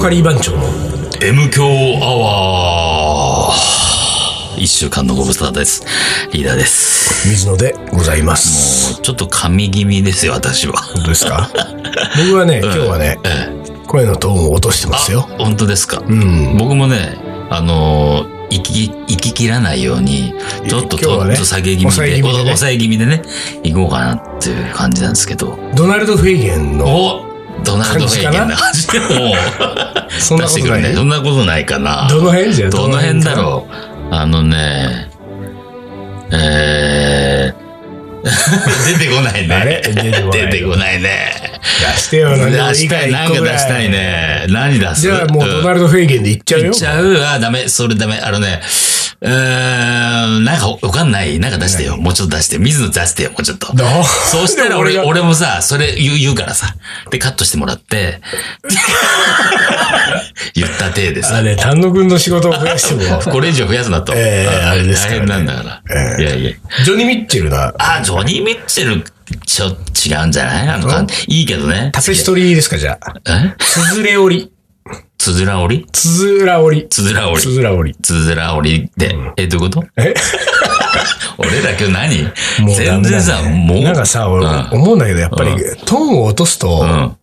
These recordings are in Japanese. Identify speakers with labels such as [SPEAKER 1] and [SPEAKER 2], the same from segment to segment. [SPEAKER 1] カリー番長の
[SPEAKER 2] M 強アワー一週間のご無沙汰です。リーダーです。
[SPEAKER 1] 水野でございます。
[SPEAKER 2] もうちょっと神気味ですよ、私は。
[SPEAKER 1] 本当ですか僕はね、今日はね、声のトーンを落としてますよ。
[SPEAKER 2] 本当ですか、
[SPEAKER 1] うん。
[SPEAKER 2] 僕もね、あのー、行き、行き切らないように、ちょっ
[SPEAKER 1] 今
[SPEAKER 2] と
[SPEAKER 1] 日
[SPEAKER 2] と、
[SPEAKER 1] はね
[SPEAKER 2] と下げ気味
[SPEAKER 1] 抑え
[SPEAKER 2] で、
[SPEAKER 1] 気味でね
[SPEAKER 2] お抑え気味でね、行こうかなっていう感じなんですけど。
[SPEAKER 1] ドナルド・フェイゲンの、
[SPEAKER 2] おドナルド・フェイゲンな感じで も
[SPEAKER 1] そん
[SPEAKER 2] 出
[SPEAKER 1] な
[SPEAKER 2] し
[SPEAKER 1] こと
[SPEAKER 2] てく
[SPEAKER 1] な
[SPEAKER 2] る
[SPEAKER 1] い
[SPEAKER 2] ね。そんなことないかな。
[SPEAKER 1] どの辺じゃ
[SPEAKER 2] どの辺だ
[SPEAKER 1] う
[SPEAKER 2] ろうあのね、えー、 出てこないね。
[SPEAKER 1] あれ出てこない
[SPEAKER 2] 出てこないね。
[SPEAKER 1] 出してよ、
[SPEAKER 2] 出
[SPEAKER 1] なんか
[SPEAKER 2] したい、なんか出したい。ね。何出す
[SPEAKER 1] じゃあもうドナルド・フェイゲンでいっちゃう
[SPEAKER 2] い
[SPEAKER 1] よ
[SPEAKER 2] っ。ちゃうあ、ダメ。それダメ。あのね、うーん、なんかわかんない。なんか出してよ。もうちょっと出して。水野出してよ、もうちょっと。
[SPEAKER 1] どう
[SPEAKER 2] そうしたら俺、
[SPEAKER 1] でも
[SPEAKER 2] 俺
[SPEAKER 1] が
[SPEAKER 2] もさ、それ言う言うからさ。で、カットしてもら って、言った体で
[SPEAKER 1] あ
[SPEAKER 2] さ。
[SPEAKER 1] れ、丹野くんの仕事を増やして も、
[SPEAKER 2] これ以上増やすなと。
[SPEAKER 1] ええ
[SPEAKER 2] うん
[SPEAKER 1] あれですからね
[SPEAKER 2] 大変なんだから。
[SPEAKER 1] ええ
[SPEAKER 2] いやいや。
[SPEAKER 1] ジョニー・ミッチェルだ。
[SPEAKER 2] あ、ジョニー・ミッチェル、ちょ、違うんじゃないあの感じ、いいけどね。
[SPEAKER 1] タペストリーですか、じゃあ。
[SPEAKER 2] え
[SPEAKER 1] つづれ織り。
[SPEAKER 2] つづら折り
[SPEAKER 1] つづら織り。
[SPEAKER 2] つづら折
[SPEAKER 1] つ
[SPEAKER 2] り。
[SPEAKER 1] づら織り。
[SPEAKER 2] つづら折りって、え、どういうこと
[SPEAKER 1] え
[SPEAKER 2] 俺ら今日何
[SPEAKER 1] もうダメ
[SPEAKER 2] 全
[SPEAKER 1] だね
[SPEAKER 2] 然さ、もう。
[SPEAKER 1] なんかさ、俺
[SPEAKER 2] うん
[SPEAKER 1] 思うんだけど、やっぱり、トーンを落とすと、
[SPEAKER 2] うん。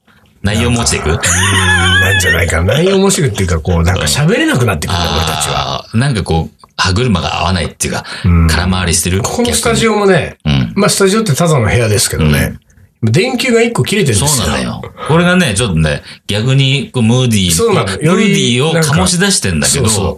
[SPEAKER 2] 内容持ちていく
[SPEAKER 1] なんじゃないかな。内容面白いっていうか、こう、なんか喋れなくなってくるんだ、俺たちは。
[SPEAKER 2] あーなんかこう、歯車が合わないっていうか、空回りしてる。
[SPEAKER 1] ここのスタ
[SPEAKER 2] オ。
[SPEAKER 1] ジオもね、
[SPEAKER 2] うん。
[SPEAKER 1] まあ、スタジオってただの部屋ですけどね、電球が一個切れてるん
[SPEAKER 2] そ
[SPEAKER 1] ですよ。
[SPEAKER 2] うなんだよ。これがね、ちょっとね、逆にこうムーディ
[SPEAKER 1] そう
[SPEAKER 2] ー、
[SPEAKER 1] な
[SPEAKER 2] ムー
[SPEAKER 1] の
[SPEAKER 2] デ
[SPEAKER 1] より
[SPEAKER 2] ィーを
[SPEAKER 1] なんか
[SPEAKER 2] 醸し出してんだけど、
[SPEAKER 1] そう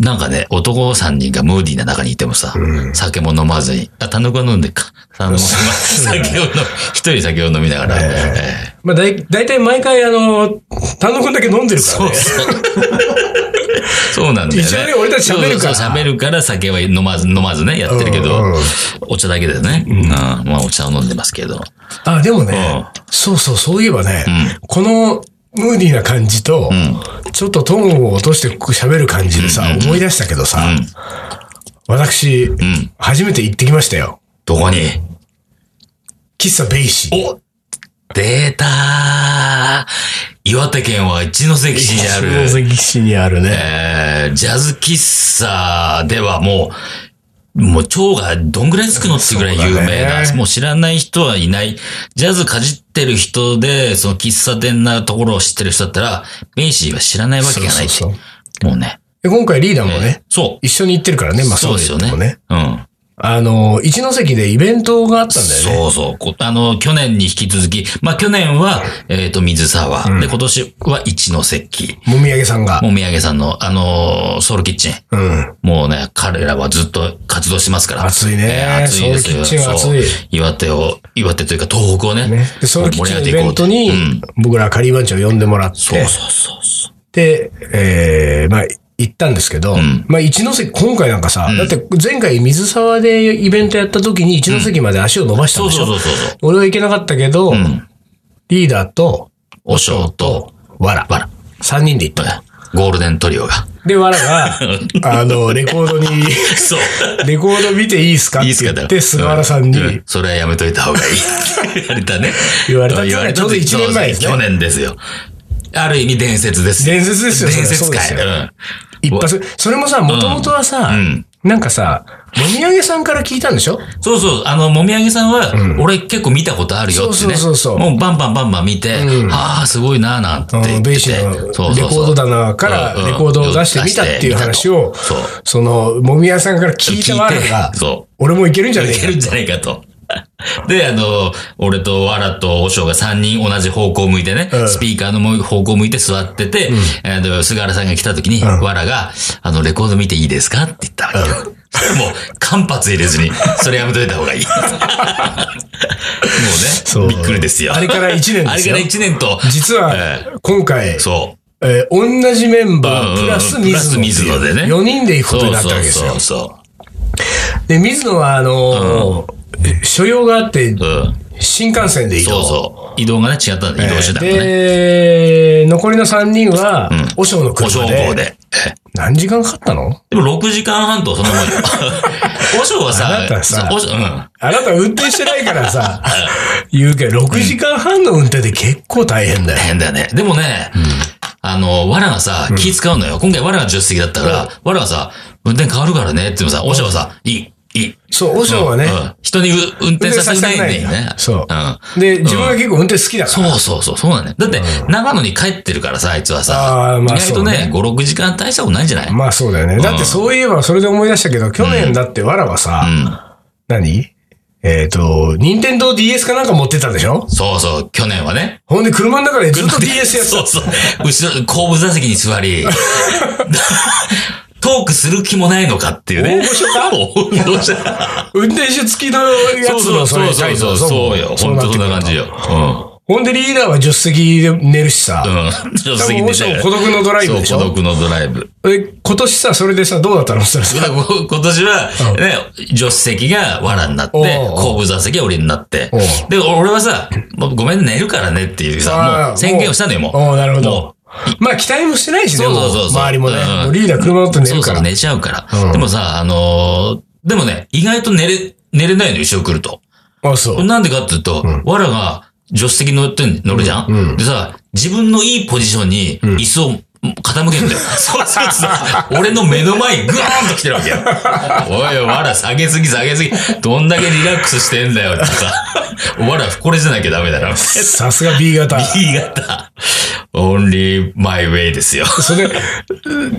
[SPEAKER 2] なんかね、男3人がムーディーな中にいてもさ、酒も飲まずに、あ、単独は飲んでっか。単独は酒 を飲む、一人酒を飲みながら。え
[SPEAKER 1] まあ、だい、だいたい毎回、あの、丹野くんだけ飲んでる
[SPEAKER 2] ー
[SPEAKER 1] から
[SPEAKER 2] そう
[SPEAKER 1] ね。
[SPEAKER 2] そう。そうなんだよね。
[SPEAKER 1] 一応ね俺たち喋るから
[SPEAKER 2] そうそう喋るから酒は飲まず、飲まずね、やってるけど、
[SPEAKER 1] うんうん
[SPEAKER 2] お茶だけでね。うん。まあお茶を飲んでますけど。
[SPEAKER 1] あ、でもね、そうそう、そういえばね、この、ムーディーな感じと、ちょっとトーンを落として喋る感じでさ、思い出したけどさ、
[SPEAKER 2] ん
[SPEAKER 1] 私、
[SPEAKER 2] ん
[SPEAKER 1] 初めて行ってきましたよ。
[SPEAKER 2] どこに
[SPEAKER 1] 喫茶ベイシー。
[SPEAKER 2] お出たー岩手県は一関市にあ
[SPEAKER 1] 下
[SPEAKER 2] る、
[SPEAKER 1] 関市にあるね。
[SPEAKER 2] えー、ジャズ喫茶ではもう、もう蝶がどんぐらいつくのってぐらい有名
[SPEAKER 1] そう
[SPEAKER 2] な、
[SPEAKER 1] だね
[SPEAKER 2] もう知らない人はいない。ジャズかじってる人で、その喫茶店なところを知ってる人だったら、ベイシーは知らないわけがないし。
[SPEAKER 1] そうそう
[SPEAKER 2] もうね。
[SPEAKER 1] で今回リーダーもね、
[SPEAKER 2] そう。
[SPEAKER 1] 一緒に行ってるからね、まあ
[SPEAKER 2] そう
[SPEAKER 1] そう
[SPEAKER 2] で
[SPEAKER 1] ですすよ
[SPEAKER 2] よ
[SPEAKER 1] ね。
[SPEAKER 2] ね。うん。
[SPEAKER 1] あの、一関でイベントがあったんだよね。
[SPEAKER 2] そうそうこ。あの、去年に引き続き、まあ、去年は、えっ、と、水沢、で、今年は一ノ関。
[SPEAKER 1] もみあげさんが。
[SPEAKER 2] もみあげさんの、あのーソウルキッチン。
[SPEAKER 1] うん。
[SPEAKER 2] もうね、彼らはずっと活動してますから。
[SPEAKER 1] 熱いね
[SPEAKER 2] 熱いです
[SPEAKER 1] ソウル
[SPEAKER 2] よ。
[SPEAKER 1] キッチンは熱い
[SPEAKER 2] そう岩手を、岩手というか東北をね。
[SPEAKER 1] ね。で、そのキッチンのイベントに
[SPEAKER 2] 盛り上げていこうとうん、
[SPEAKER 1] 僕らカリー番長呼んでもらって、
[SPEAKER 2] そうそうそうそう。
[SPEAKER 1] で、えー、まあ、行ったんですけど、
[SPEAKER 2] ん
[SPEAKER 1] まあ、一ノ関、今回なんかさ、だって前回水沢でイベントやった時に一ノ関まで足を伸ばしたん
[SPEAKER 2] そう
[SPEAKER 1] でし
[SPEAKER 2] そ
[SPEAKER 1] ょ、
[SPEAKER 2] うそうそうそう。
[SPEAKER 1] 俺は行けなかったけど、
[SPEAKER 2] ん
[SPEAKER 1] リーダーと、
[SPEAKER 2] お正と、
[SPEAKER 1] わら。
[SPEAKER 2] わら。
[SPEAKER 1] 三人で行ったのよ。
[SPEAKER 2] ゴールデントリオが。
[SPEAKER 1] で、わら が、あの、レコードに、
[SPEAKER 2] そう。
[SPEAKER 1] レコード見ていいですかっ
[SPEAKER 2] いい
[SPEAKER 1] て
[SPEAKER 2] っす
[SPEAKER 1] 言
[SPEAKER 2] か
[SPEAKER 1] って、菅原さん
[SPEAKER 2] う
[SPEAKER 1] に
[SPEAKER 2] う、それはやめといた方がいい。言われたね。
[SPEAKER 1] 言われたっていうのは
[SPEAKER 2] 言われ
[SPEAKER 1] ちょうど一年前ですね
[SPEAKER 2] 去年ですよ。ある意味伝説です。
[SPEAKER 1] 伝説ですよそれ
[SPEAKER 2] 伝説
[SPEAKER 1] そ
[SPEAKER 2] 会。
[SPEAKER 1] うですよ
[SPEAKER 2] うん
[SPEAKER 1] 一発、それもさ、もともとはさ、
[SPEAKER 2] うん
[SPEAKER 1] なんかさ、もみあげさんから聞いたんでしょ
[SPEAKER 2] そうそう、あの、もみあげさんは、俺結構見たことあるよって
[SPEAKER 1] そ
[SPEAKER 2] ね。
[SPEAKER 1] うそうそうそう
[SPEAKER 2] もうバンバンバンバン見て、ああ、すごいなーなんて
[SPEAKER 1] あ
[SPEAKER 2] 言って
[SPEAKER 1] の
[SPEAKER 2] て。
[SPEAKER 1] ベイシーのレコード棚から
[SPEAKER 2] うんうん
[SPEAKER 1] レコードを出してみたっていう話を、
[SPEAKER 2] 出してみたとそ
[SPEAKER 1] その、もみあげさんから聞いたわら
[SPEAKER 2] 聞
[SPEAKER 1] が
[SPEAKER 2] いて、そう。
[SPEAKER 1] 俺もいけるんじゃね
[SPEAKER 2] いけるん
[SPEAKER 1] え
[SPEAKER 2] じゃないかと。 で、あの、俺とわらとおしょうが3人同じ方向を向いてね、
[SPEAKER 1] ん
[SPEAKER 2] スピーカーの方向を向いて座ってて、えーと菅原さんが来た時に、わらが、あの、レコード見ていいですかって言ったわけよ。それ もう、間髪入れずに、それやめといた方がいい。も
[SPEAKER 1] そうう
[SPEAKER 2] ね、びっくりですよ。
[SPEAKER 1] あれから一年ですよ
[SPEAKER 2] あれから1年と、
[SPEAKER 1] か。実
[SPEAKER 2] え
[SPEAKER 1] は、今回、
[SPEAKER 2] そう。
[SPEAKER 1] えー同じメンバ
[SPEAKER 2] うんうん
[SPEAKER 1] ー、
[SPEAKER 2] うん
[SPEAKER 1] プラス水野っていう。
[SPEAKER 2] プラス水野でね
[SPEAKER 1] 4人で行くこ
[SPEAKER 2] そ
[SPEAKER 1] とに
[SPEAKER 2] う
[SPEAKER 1] なった
[SPEAKER 2] そ
[SPEAKER 1] わ
[SPEAKER 2] う
[SPEAKER 1] けです
[SPEAKER 2] そ
[SPEAKER 1] よ
[SPEAKER 2] う。そ
[SPEAKER 1] で、水野は、あのー、所用があって、
[SPEAKER 2] う。うん。
[SPEAKER 1] 新幹線で移
[SPEAKER 2] そう
[SPEAKER 1] 動。
[SPEAKER 2] そう。移動がね、違ったんだ、移動手段がね。
[SPEAKER 1] で、残りの3人は、和尚の
[SPEAKER 2] お正
[SPEAKER 1] 車
[SPEAKER 2] 号
[SPEAKER 1] で、
[SPEAKER 2] で。ええ
[SPEAKER 1] 何時間かかったの
[SPEAKER 2] でも6時間半とその ままよ。おしょうはさ、
[SPEAKER 1] あなたさ
[SPEAKER 2] そうおしょううん。
[SPEAKER 1] あなた運転してないからさ、言うけど、6時間半の運転で結構大変だよ。
[SPEAKER 2] 変だよね。でもね、あの、わらがさ、気使うのよ。今回わらが助手席だったから、わらがさ、運転変わるからねって言うのさ、おしゃはさ、いい、いい。
[SPEAKER 1] そう、和尚はね
[SPEAKER 2] う、んうん人にう運転させたくないんだよ
[SPEAKER 1] 運転
[SPEAKER 2] ね
[SPEAKER 1] さ。せたくない
[SPEAKER 2] うん。
[SPEAKER 1] で、自分は結構運転好きだから。
[SPEAKER 2] そうそうそう、そうなんだよ。だって、長野に帰ってるからさ、あいつは
[SPEAKER 1] あ
[SPEAKER 2] さ、
[SPEAKER 1] ーまあ
[SPEAKER 2] 意外とね、5、6時間大したことないんじゃない
[SPEAKER 1] まあそうだよね。だってそういえばそれで思い出したけど、去年だってわらはさ、
[SPEAKER 2] うん。
[SPEAKER 1] 何えっ、と、任天堂 DS かなんか持ってたでしょ
[SPEAKER 2] そうそう、去年はね。
[SPEAKER 1] ほんで車の中でずっと DS やって
[SPEAKER 2] そうそう。後ろ、後部座席に座り、 トークする気もないのかっていうね。
[SPEAKER 1] 大御所か
[SPEAKER 2] 大御所だ
[SPEAKER 1] た。運転手付きのや
[SPEAKER 2] そう
[SPEAKER 1] つ
[SPEAKER 2] そ
[SPEAKER 1] の
[SPEAKER 2] う
[SPEAKER 1] それ
[SPEAKER 2] そうそうそう。そうよ。
[SPEAKER 1] そ
[SPEAKER 2] ほ
[SPEAKER 1] うんなっ
[SPEAKER 2] と
[SPEAKER 1] て
[SPEAKER 2] そん
[SPEAKER 1] く
[SPEAKER 2] な
[SPEAKER 1] る
[SPEAKER 2] 感じよ。う
[SPEAKER 1] ほんでリーダーは助手席で寝るしさ。
[SPEAKER 2] ん。うん。助手席
[SPEAKER 1] 多分
[SPEAKER 2] で
[SPEAKER 1] 和尚孤独のドライブでし
[SPEAKER 2] そう、孤
[SPEAKER 1] ょ
[SPEAKER 2] 独のドライブ。
[SPEAKER 1] え、今年さ、それでさ、どうだったのそしたらさ、
[SPEAKER 2] だからこ今年は、ね、助手席が藁になって
[SPEAKER 1] おうお、う
[SPEAKER 2] 後部座席が俺になって
[SPEAKER 1] おう。
[SPEAKER 2] で、俺はさ、もうごめんね、寝るからねっていう
[SPEAKER 1] あ
[SPEAKER 2] さ、
[SPEAKER 1] ー
[SPEAKER 2] もう宣言をした のよ、もう。
[SPEAKER 1] おうなるほ
[SPEAKER 2] も
[SPEAKER 1] ど。まあ期待もしてないしね、
[SPEAKER 2] そうそうそうそう
[SPEAKER 1] も周りもね。
[SPEAKER 2] うん
[SPEAKER 1] もうリーダー車乗って寝
[SPEAKER 2] そ
[SPEAKER 1] る
[SPEAKER 2] う
[SPEAKER 1] か
[SPEAKER 2] そ
[SPEAKER 1] ら。
[SPEAKER 2] う、寝ちゃうから。
[SPEAKER 1] うん
[SPEAKER 2] でもさ、あのーでもね、意外と寝れ、寝れないのよ、一緒に来ると。
[SPEAKER 1] あ、 そう。
[SPEAKER 2] なんでかっていうと、わらが助手席に乗ってん乗るじゃん、でさ、自分のいいポジションに椅子を傾けるんだよ。 そうするとさ、 俺の目の前にグーンと来てるわけよ。おいおい、わら下げすぎ下げすぎ。どんだけリラックスしてんだよってさ、わらこれじゃなきゃダメだな。
[SPEAKER 1] さすが B 型。
[SPEAKER 2] B 型、only my way ですよ。
[SPEAKER 1] それで、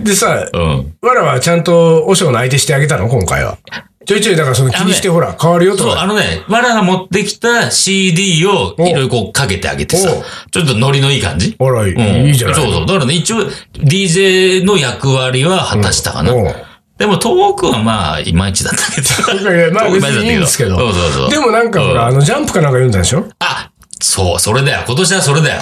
[SPEAKER 1] でさ、
[SPEAKER 2] うん。
[SPEAKER 1] わらはちゃんと、和尚の相手してあげたの今回は。ちょいちょい、だからその気にして、ほら、変わるよと
[SPEAKER 2] そう、
[SPEAKER 1] か。
[SPEAKER 2] あのね、わらが持ってきた CD をいろいろこうかけてあげてさ
[SPEAKER 1] おう、
[SPEAKER 2] ちょっとノリのいい感じ
[SPEAKER 1] ほら、い
[SPEAKER 2] うん
[SPEAKER 1] いいいじゃない。
[SPEAKER 2] そうそう。だからね、一応、DJ の役割は果たしたかな。
[SPEAKER 1] うんうん
[SPEAKER 2] でも、東北はまあ、いまいちだったけど。
[SPEAKER 1] いやいや まあ
[SPEAKER 2] 遠く
[SPEAKER 1] 別にいいんですけど
[SPEAKER 2] そうそうそう。
[SPEAKER 1] でもなんかほら、あの、ジャンプかなんか読んだでしょ
[SPEAKER 2] あ、そう、それだよ。今年はそれだよ。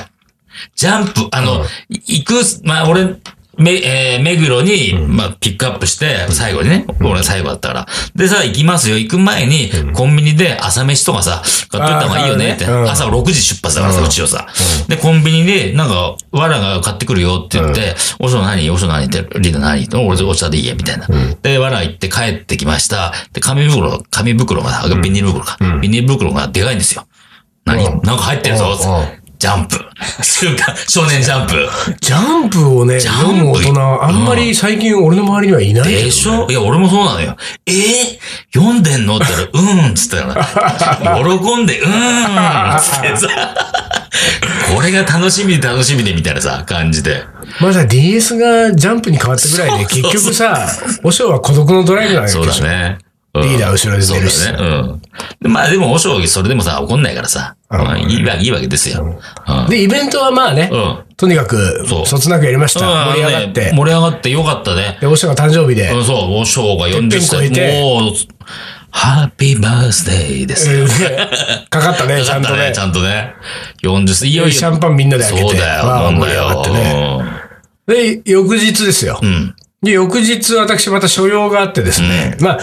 [SPEAKER 2] ジャンプ、あの、い行く、まあ俺、め、えー目黒に、まあ、ピックアップして、最後にね、俺最後だったから。でさ、行きますよ。行く前に、コンビニで朝飯とかさ、買っといた方がいいよねって。
[SPEAKER 1] あー買うねうん
[SPEAKER 2] 朝6時出発だからさ、うちをさ。で、コンビニで、なんか、わらが買ってくるよって言って、おしょ何おしょ何って、リーダー何俺お茶でいいや、みたいな。で、わら行って帰ってきました。で、紙袋、紙袋が、ビニール袋か。ビニール袋がでかいんですよ。何
[SPEAKER 1] う
[SPEAKER 2] なんか入ってるぞ
[SPEAKER 1] うんうん。
[SPEAKER 2] ジャンプ。週刊少年ジャンプ。
[SPEAKER 1] ジャンプをね、
[SPEAKER 2] ャンプ
[SPEAKER 1] 読む大人、あんまり最近俺の周りにはいないけどね。
[SPEAKER 2] でしょいや、俺もそうなのよ。えー、読んでんのって言ったら、うん、つったから、喜んで、うん、つってさ、これが楽しみで楽しみでみたいなさ、感じで。
[SPEAKER 1] まあさ、DS がジャンプに変わったぐらいで、
[SPEAKER 2] そ
[SPEAKER 1] 結
[SPEAKER 2] うそうそ
[SPEAKER 1] 局
[SPEAKER 2] う
[SPEAKER 1] さ、和尚は孤独のドライブなわけ
[SPEAKER 2] そう
[SPEAKER 1] で
[SPEAKER 2] だ
[SPEAKER 1] しょ。
[SPEAKER 2] ね。うん
[SPEAKER 1] リーダー後ろで
[SPEAKER 2] そ
[SPEAKER 1] 出
[SPEAKER 2] う
[SPEAKER 1] るしさ
[SPEAKER 2] だ。ね。うんで。まあでも、お正月それでもさ、怒んないからさ、
[SPEAKER 1] うん
[SPEAKER 2] まあいいわけ、いいわけですよ。うん
[SPEAKER 1] で、イベントはまあね
[SPEAKER 2] う、ん。
[SPEAKER 1] とにかく
[SPEAKER 2] そ、う
[SPEAKER 1] そつなくやりました。
[SPEAKER 2] あ
[SPEAKER 1] 盛り
[SPEAKER 2] の
[SPEAKER 1] 上
[SPEAKER 2] ね
[SPEAKER 1] がって。
[SPEAKER 2] 盛り上がってよかったね。
[SPEAKER 1] で、和尚が誕生日で、
[SPEAKER 2] うん、そう、お正が40
[SPEAKER 1] てっぺん越
[SPEAKER 2] 歳。
[SPEAKER 1] えて
[SPEAKER 2] もう、ハッピーバースデーですよ。
[SPEAKER 1] えー かかったね、ちゃんと
[SPEAKER 2] だね
[SPEAKER 1] ね
[SPEAKER 2] ち。ゃんとね。40歳。いよいよ。
[SPEAKER 1] シャンパンみんなで開けて。
[SPEAKER 2] そうだよ、
[SPEAKER 1] まあ
[SPEAKER 2] 飲ん
[SPEAKER 1] 盛り
[SPEAKER 2] だ
[SPEAKER 1] 上が
[SPEAKER 2] よ
[SPEAKER 1] っ。てね。で、翌日ですよ
[SPEAKER 2] う。ん。
[SPEAKER 1] で、翌日、私また所用があってですね。まあ、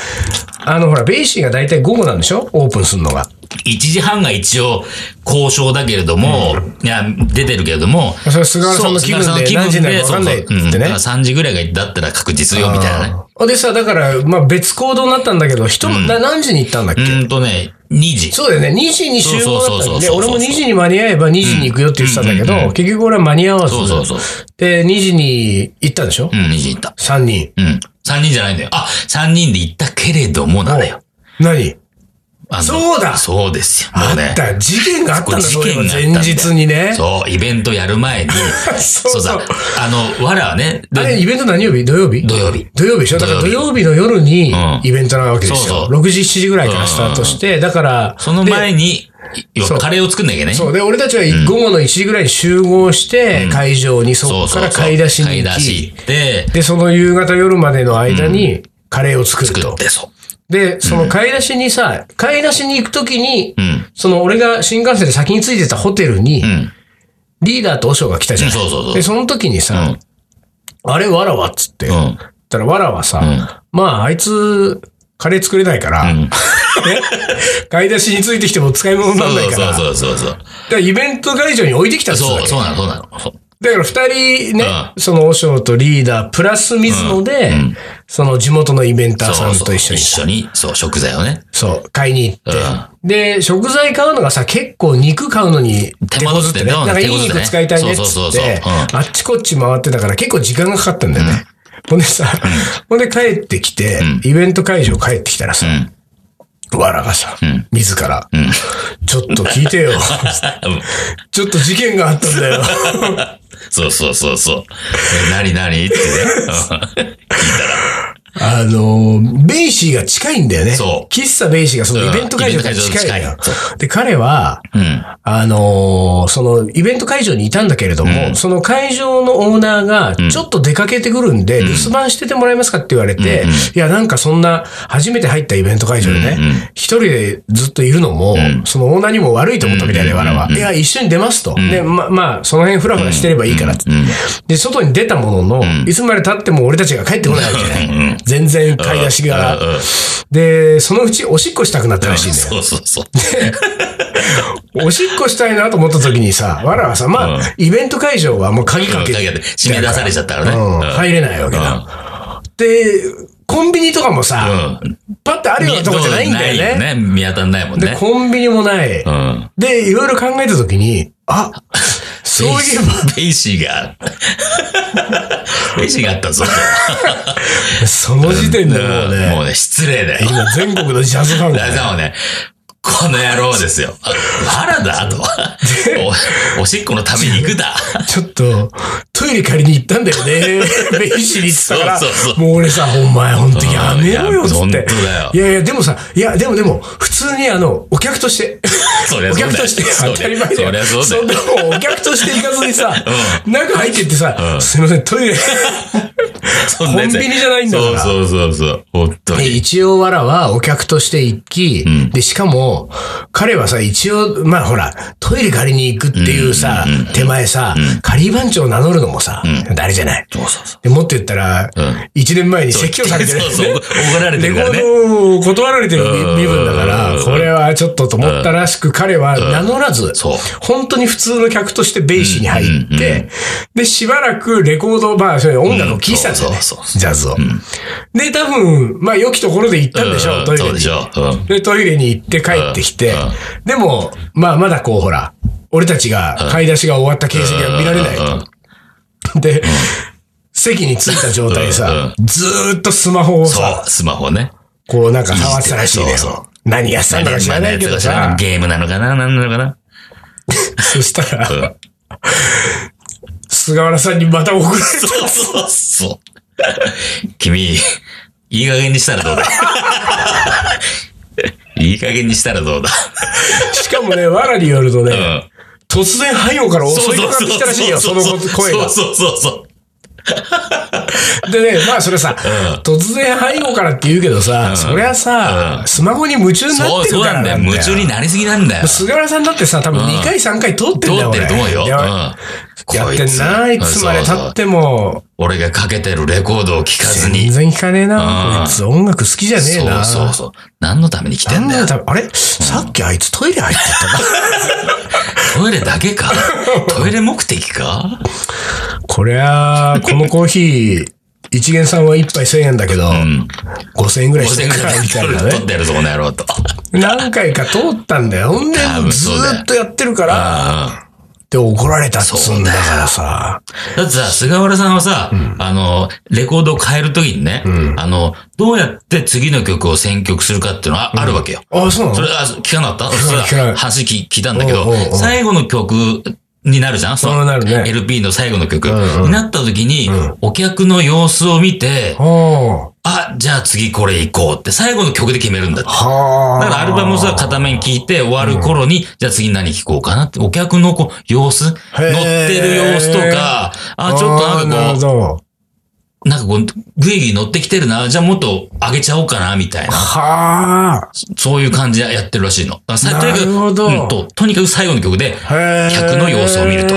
[SPEAKER 1] あの、ほら、ベイシーが大体午後なんでしょオープンするのが。
[SPEAKER 2] 1時半が一応、交渉だけれども、いや、出てるけれども、
[SPEAKER 1] それは菅原さんの
[SPEAKER 2] そう
[SPEAKER 1] 気分で何時になるか分かんないって言ってね
[SPEAKER 2] そうそううんだから3時ぐらいがだったら確実よ、みたいなね。
[SPEAKER 1] あーでさ、だから、まあ別行動になったんだけど、人、な何時に行ったんだっ
[SPEAKER 2] う
[SPEAKER 1] け
[SPEAKER 2] ーんとね、2時。
[SPEAKER 1] そうだよね。2時に集合だった
[SPEAKER 2] そ
[SPEAKER 1] ん
[SPEAKER 2] うそうそうそう
[SPEAKER 1] で、
[SPEAKER 2] そう
[SPEAKER 1] 俺も2時に間に合えば2時に行くよって言ってたんだけ
[SPEAKER 2] うんうんうんう
[SPEAKER 1] ど、結局俺は間に合わず
[SPEAKER 2] そうそう。
[SPEAKER 1] で、2時に行ったんでしょ
[SPEAKER 2] うん、2時に行った。
[SPEAKER 1] ?3 人。
[SPEAKER 2] うん。3人じゃないんだよ。あ、3人で行ったけれどもなのよ。
[SPEAKER 1] 何
[SPEAKER 2] あの
[SPEAKER 1] そうだ
[SPEAKER 2] そうですよ。も
[SPEAKER 1] あ
[SPEAKER 2] うね
[SPEAKER 1] っ。た。事件があったんだ、
[SPEAKER 2] 事
[SPEAKER 1] そういえば
[SPEAKER 2] 件があったんだ
[SPEAKER 1] 前日にね。
[SPEAKER 2] そう、イベントやる前に、
[SPEAKER 1] そう
[SPEAKER 2] そうだ、あの、わらはね、で
[SPEAKER 1] あれ、イベント何曜日土曜日
[SPEAKER 2] 土曜日。
[SPEAKER 1] 土曜日でしょだから
[SPEAKER 2] 土
[SPEAKER 1] 土
[SPEAKER 2] 曜
[SPEAKER 1] 曜日の夜に
[SPEAKER 2] ん
[SPEAKER 1] イベントなわけです
[SPEAKER 2] そう
[SPEAKER 1] よ。
[SPEAKER 2] そ
[SPEAKER 1] 6時、7時ぐらいからスタートして、だから、
[SPEAKER 2] その前に、よ
[SPEAKER 1] そう
[SPEAKER 2] カレーを作んなきゃね。
[SPEAKER 1] そう。で、俺たちは午後の1時ぐらいに集合して、会場に、そ
[SPEAKER 2] そう
[SPEAKER 1] こ
[SPEAKER 2] そ
[SPEAKER 1] か
[SPEAKER 2] うそう
[SPEAKER 1] ら買い出し
[SPEAKER 2] 買
[SPEAKER 1] に
[SPEAKER 2] い出
[SPEAKER 1] 行
[SPEAKER 2] し
[SPEAKER 1] き、
[SPEAKER 2] 行って、
[SPEAKER 1] で、その夕方夜までの間に、カレーを作る
[SPEAKER 2] 作っ
[SPEAKER 1] と。
[SPEAKER 2] て、そ
[SPEAKER 1] で、その買い出しにさ、買い出しに行くときに
[SPEAKER 2] う。う、ん。
[SPEAKER 1] その俺が新幹線で先に着いてたホテルに
[SPEAKER 2] う、ん。
[SPEAKER 1] リーダーと和尚が来たじゃん。
[SPEAKER 2] うんそうそうそう
[SPEAKER 1] で、その時にさ、あれ、わらわっつって、
[SPEAKER 2] うん。うん。
[SPEAKER 1] ったら、わらはさ、まあ、あいつ、カレー作れないから、
[SPEAKER 2] ん
[SPEAKER 1] 買い出しについてきても使い物にならないから、
[SPEAKER 2] そうそうそうそうそう。
[SPEAKER 1] だからイベント会場に置いてきたっつってた
[SPEAKER 2] そ
[SPEAKER 1] わ
[SPEAKER 2] う、
[SPEAKER 1] け
[SPEAKER 2] そうなの、そうなの。そう
[SPEAKER 1] だから二人ね、
[SPEAKER 2] あ
[SPEAKER 1] その和尚とリーダー、プラス水野で、
[SPEAKER 2] うんうん
[SPEAKER 1] その地元のイベンターさんと一緒に、
[SPEAKER 2] そうそう一緒に、そう、食材をね。
[SPEAKER 1] そう、買いに行って。で、食材買うのがさ、結構肉買うのに、
[SPEAKER 2] 手間取って
[SPEAKER 1] 手
[SPEAKER 2] ね
[SPEAKER 1] こずなんかいい
[SPEAKER 2] 手こずって
[SPEAKER 1] 肉
[SPEAKER 2] ね
[SPEAKER 1] 使いたいねっつ
[SPEAKER 2] そうそう
[SPEAKER 1] っ
[SPEAKER 2] そうそう
[SPEAKER 1] て、
[SPEAKER 2] う
[SPEAKER 1] あっちこっち回ってたから結構時間がかかったんだよね。ほんでさ、ほんで帰ってきて、イベント会場帰ってきたらさ、わらがさ、自ら、ちょっと聞い てよ。ちょっと事件があったんだよ。
[SPEAKER 2] そうそうそうそう。え何何ってね。
[SPEAKER 1] あのー、ベイシーが近いんだよね。
[SPEAKER 2] そう
[SPEAKER 1] 喫茶ベイシーがそのイベント会場から近いの
[SPEAKER 2] うんイベ
[SPEAKER 1] よ
[SPEAKER 2] ント会場の近い。
[SPEAKER 1] で、彼は、
[SPEAKER 2] うんうん。
[SPEAKER 1] あのーそのイベント会場にいたんだけれども、その会場のオーナーが、ちょっと出かけてくるんで、留守番しててもらえますかって言われて、いや、なんかそんな、初めて入ったイベント会場でね、一、人でずっといるのも、そのオーナーにも悪いと思ったみたいで、わらは。いや、一緒に出ますと。で、ま、まあ、その辺フラフラしてればいいからって。で、外に出たものの、いつまで経っても俺たちが帰ってこないわけじゃない。全然買い出しが
[SPEAKER 2] うんうん。
[SPEAKER 1] で、そのうちおしっこしたくなったらしいんだよ。
[SPEAKER 2] そうそうそう。
[SPEAKER 1] おしっこしたいなと思った時にさ、わらはさ、まあ、
[SPEAKER 2] うん
[SPEAKER 1] イベント会場はもう鍵かけ
[SPEAKER 2] 鍵
[SPEAKER 1] て、
[SPEAKER 2] かけて締め出されちゃったからね
[SPEAKER 1] うん
[SPEAKER 2] うん
[SPEAKER 1] 入れないわけだ。で、コンビニとかもさ、
[SPEAKER 2] うん。
[SPEAKER 1] パッてあるようなとこじゃないんだよね。
[SPEAKER 2] ないよね。見当たんないもん
[SPEAKER 1] で、
[SPEAKER 2] ね。
[SPEAKER 1] コンビニもない。
[SPEAKER 2] うん。
[SPEAKER 1] で、いろいろ考えた時に、 あ、そういえば、
[SPEAKER 2] ベイシ ーが、ベイシーがあったぞ。
[SPEAKER 1] その時点でもう
[SPEAKER 2] うんも
[SPEAKER 1] ね、
[SPEAKER 2] うね、失礼だよ。
[SPEAKER 1] 今全国のジャズファンが
[SPEAKER 2] だからもうね、この野郎ですよ。あわらだと。お、おしっこのために行く だ。
[SPEAKER 1] ちょっと、トイレ借りに行ったんだよ ね。ベイシーに行ってたから。
[SPEAKER 2] そうそうそう
[SPEAKER 1] もう俺さ、お前ほんとやめろよ、
[SPEAKER 2] うん
[SPEAKER 1] つって。
[SPEAKER 2] いや本当だよ
[SPEAKER 1] いやいや、でもさ、いや、でもでも、普通にあの、お客として、
[SPEAKER 2] そりゃ
[SPEAKER 1] お
[SPEAKER 2] そうだよ。
[SPEAKER 1] 客として当たり前だ
[SPEAKER 2] そ
[SPEAKER 1] よ。
[SPEAKER 2] りゃそうだよ。
[SPEAKER 1] そんなもんお客として行かずにさ、中入ってってさ、すいません、トイレ。
[SPEAKER 2] そんなやつ
[SPEAKER 1] コンビニじゃないんだから
[SPEAKER 2] そうそうそうそう。本当
[SPEAKER 1] で
[SPEAKER 2] に。
[SPEAKER 1] 一応わらはお客として行き、で、しかも、彼はさ、一応、まあほら、トイレ借りに行くっていうさ、手前さ、仮番長を名乗るのもさ、誰じゃない。
[SPEAKER 2] そうそうそ
[SPEAKER 1] でもっと言ったら
[SPEAKER 2] ん、
[SPEAKER 1] 一、年前に説教されてる、ね。
[SPEAKER 2] そうそう怒られてるからね
[SPEAKER 1] レコードを断られてる
[SPEAKER 2] うん
[SPEAKER 1] 身分だか
[SPEAKER 2] う
[SPEAKER 1] ら、
[SPEAKER 2] ん
[SPEAKER 1] これはちょっとと思ったらしく、彼は名乗らず、
[SPEAKER 2] そう
[SPEAKER 1] 本当に普通の客としてベイシーに入って、で、しばらくレコード、まあ、それ音楽を聴いてたんですよね
[SPEAKER 2] うんそうそう。そう
[SPEAKER 1] ジャズを。で、多分、まあ、良きところで行ったんでしょう、
[SPEAKER 2] ん
[SPEAKER 1] トイレ
[SPEAKER 2] そう
[SPEAKER 1] に
[SPEAKER 2] でし。ょ。うん。
[SPEAKER 1] で、トイレに行って帰ってきて
[SPEAKER 2] うんうん、
[SPEAKER 1] でも、まあ、まだこう、ほら、俺たちが買い出しが終わった形跡が見られないと。で、席に着いた状態でさ、ずーっとスマホを
[SPEAKER 2] そ
[SPEAKER 1] さ、
[SPEAKER 2] う、スマホね。
[SPEAKER 1] こうなんか触ってたらしいの
[SPEAKER 2] いじってそう
[SPEAKER 1] よ。何やってたんだか知らないけど
[SPEAKER 2] 何や
[SPEAKER 1] さ
[SPEAKER 2] ってたか知らない、ゲームなのかな何なのかな
[SPEAKER 1] そしたら、
[SPEAKER 2] うん
[SPEAKER 1] 菅原さんにまた送られた。
[SPEAKER 2] そうそうそう。君、いい加減にした らどうだいい加減にしたらどうだ
[SPEAKER 1] しかもね、わらによるとね、
[SPEAKER 2] うん。
[SPEAKER 1] 突然背後から
[SPEAKER 2] そ
[SPEAKER 1] 襲
[SPEAKER 2] う
[SPEAKER 1] い
[SPEAKER 2] そ
[SPEAKER 1] か
[SPEAKER 2] う
[SPEAKER 1] かって
[SPEAKER 2] そう
[SPEAKER 1] きたらしいよ、その声が。
[SPEAKER 2] そうそうそう
[SPEAKER 1] でね、まあそれさ、突然背後からって言うけどさ、そりゃさ、スマホに夢中に
[SPEAKER 2] そ
[SPEAKER 1] な
[SPEAKER 2] う。
[SPEAKER 1] って
[SPEAKER 2] そ
[SPEAKER 1] る
[SPEAKER 2] う
[SPEAKER 1] か
[SPEAKER 2] な
[SPEAKER 1] ら
[SPEAKER 2] んだよ。
[SPEAKER 1] なんだ
[SPEAKER 2] 夢中
[SPEAKER 1] よ。
[SPEAKER 2] になりすぎなんだよ。
[SPEAKER 1] 菅原さんだってさ、多分2回3回通って
[SPEAKER 2] 通
[SPEAKER 1] んだよ、
[SPEAKER 2] って
[SPEAKER 1] 俺
[SPEAKER 2] ると思うよ。うん
[SPEAKER 1] いや。やってんな、いつまで
[SPEAKER 2] そう
[SPEAKER 1] 経
[SPEAKER 2] そう
[SPEAKER 1] っても、
[SPEAKER 2] 俺がかけてるレコードを聴かず
[SPEAKER 1] 全
[SPEAKER 2] に。
[SPEAKER 1] 然聞かねえ
[SPEAKER 2] うん
[SPEAKER 1] な。こいつ音楽好きじゃねえ
[SPEAKER 2] そ
[SPEAKER 1] な。
[SPEAKER 2] うそうそう。何のために来てんだ
[SPEAKER 1] な
[SPEAKER 2] よ
[SPEAKER 1] ん。だよあれさっきあいつトイレ入ってったな。
[SPEAKER 2] トイレだけかトイレ目的か
[SPEAKER 1] こりゃあ、このコーヒー、一元さんは1杯1000円だけど、5000円ぐらいしてる
[SPEAKER 2] ?5000 ぐ
[SPEAKER 1] からら
[SPEAKER 2] い
[SPEAKER 1] みたいな
[SPEAKER 2] 取っ
[SPEAKER 1] ね。
[SPEAKER 2] てやるぞ、この 野郎と。
[SPEAKER 1] 何回か通ったんだよ。ほんで
[SPEAKER 2] 多、分
[SPEAKER 1] ず
[SPEAKER 2] そうだよ
[SPEAKER 1] ーっとやってるから、
[SPEAKER 2] ああ
[SPEAKER 1] で怒られたっつうんだからさ。
[SPEAKER 2] だってさ、菅原さんはさ、あの、レコードを変えるときにね、あの、どうやって次の曲を選曲するかっていうのはあるわけよ。
[SPEAKER 1] あ、そうな
[SPEAKER 2] そ
[SPEAKER 1] の
[SPEAKER 2] れ、あ、聞かなかった
[SPEAKER 1] かない
[SPEAKER 2] それ
[SPEAKER 1] 聞かない
[SPEAKER 2] 話聞聞いたんだけ
[SPEAKER 1] おうおうお
[SPEAKER 2] ど、
[SPEAKER 1] う
[SPEAKER 2] 最後の曲になるじゃんそ
[SPEAKER 1] そうなるね
[SPEAKER 2] LP の最後の曲。
[SPEAKER 1] んうん
[SPEAKER 2] になった時に、お客の様子を見て、
[SPEAKER 1] は
[SPEAKER 2] あ、じゃあ次これ行こうって最後の曲で決めるんだって。
[SPEAKER 1] あ。はあ。
[SPEAKER 2] だからアルバムをさ、片面聞いて終わる頃に、じゃあ次何聞こうかなって、お客のこう、様子、乗ってる様子とか、あ、ちょっとなん
[SPEAKER 1] あーな
[SPEAKER 2] か
[SPEAKER 1] るほ
[SPEAKER 2] こ
[SPEAKER 1] ど。
[SPEAKER 2] う、なんかこう、ぐいぐい乗ってきてるな、じゃあもっと上げちゃおうかな、みたいな、
[SPEAKER 1] はあ。
[SPEAKER 2] そういう感じでやってるらしいの。だからさとにか
[SPEAKER 1] な
[SPEAKER 2] く
[SPEAKER 1] るほど
[SPEAKER 2] うんと、とにかく最後の曲で、
[SPEAKER 1] へえ
[SPEAKER 2] 客の様子を見ると。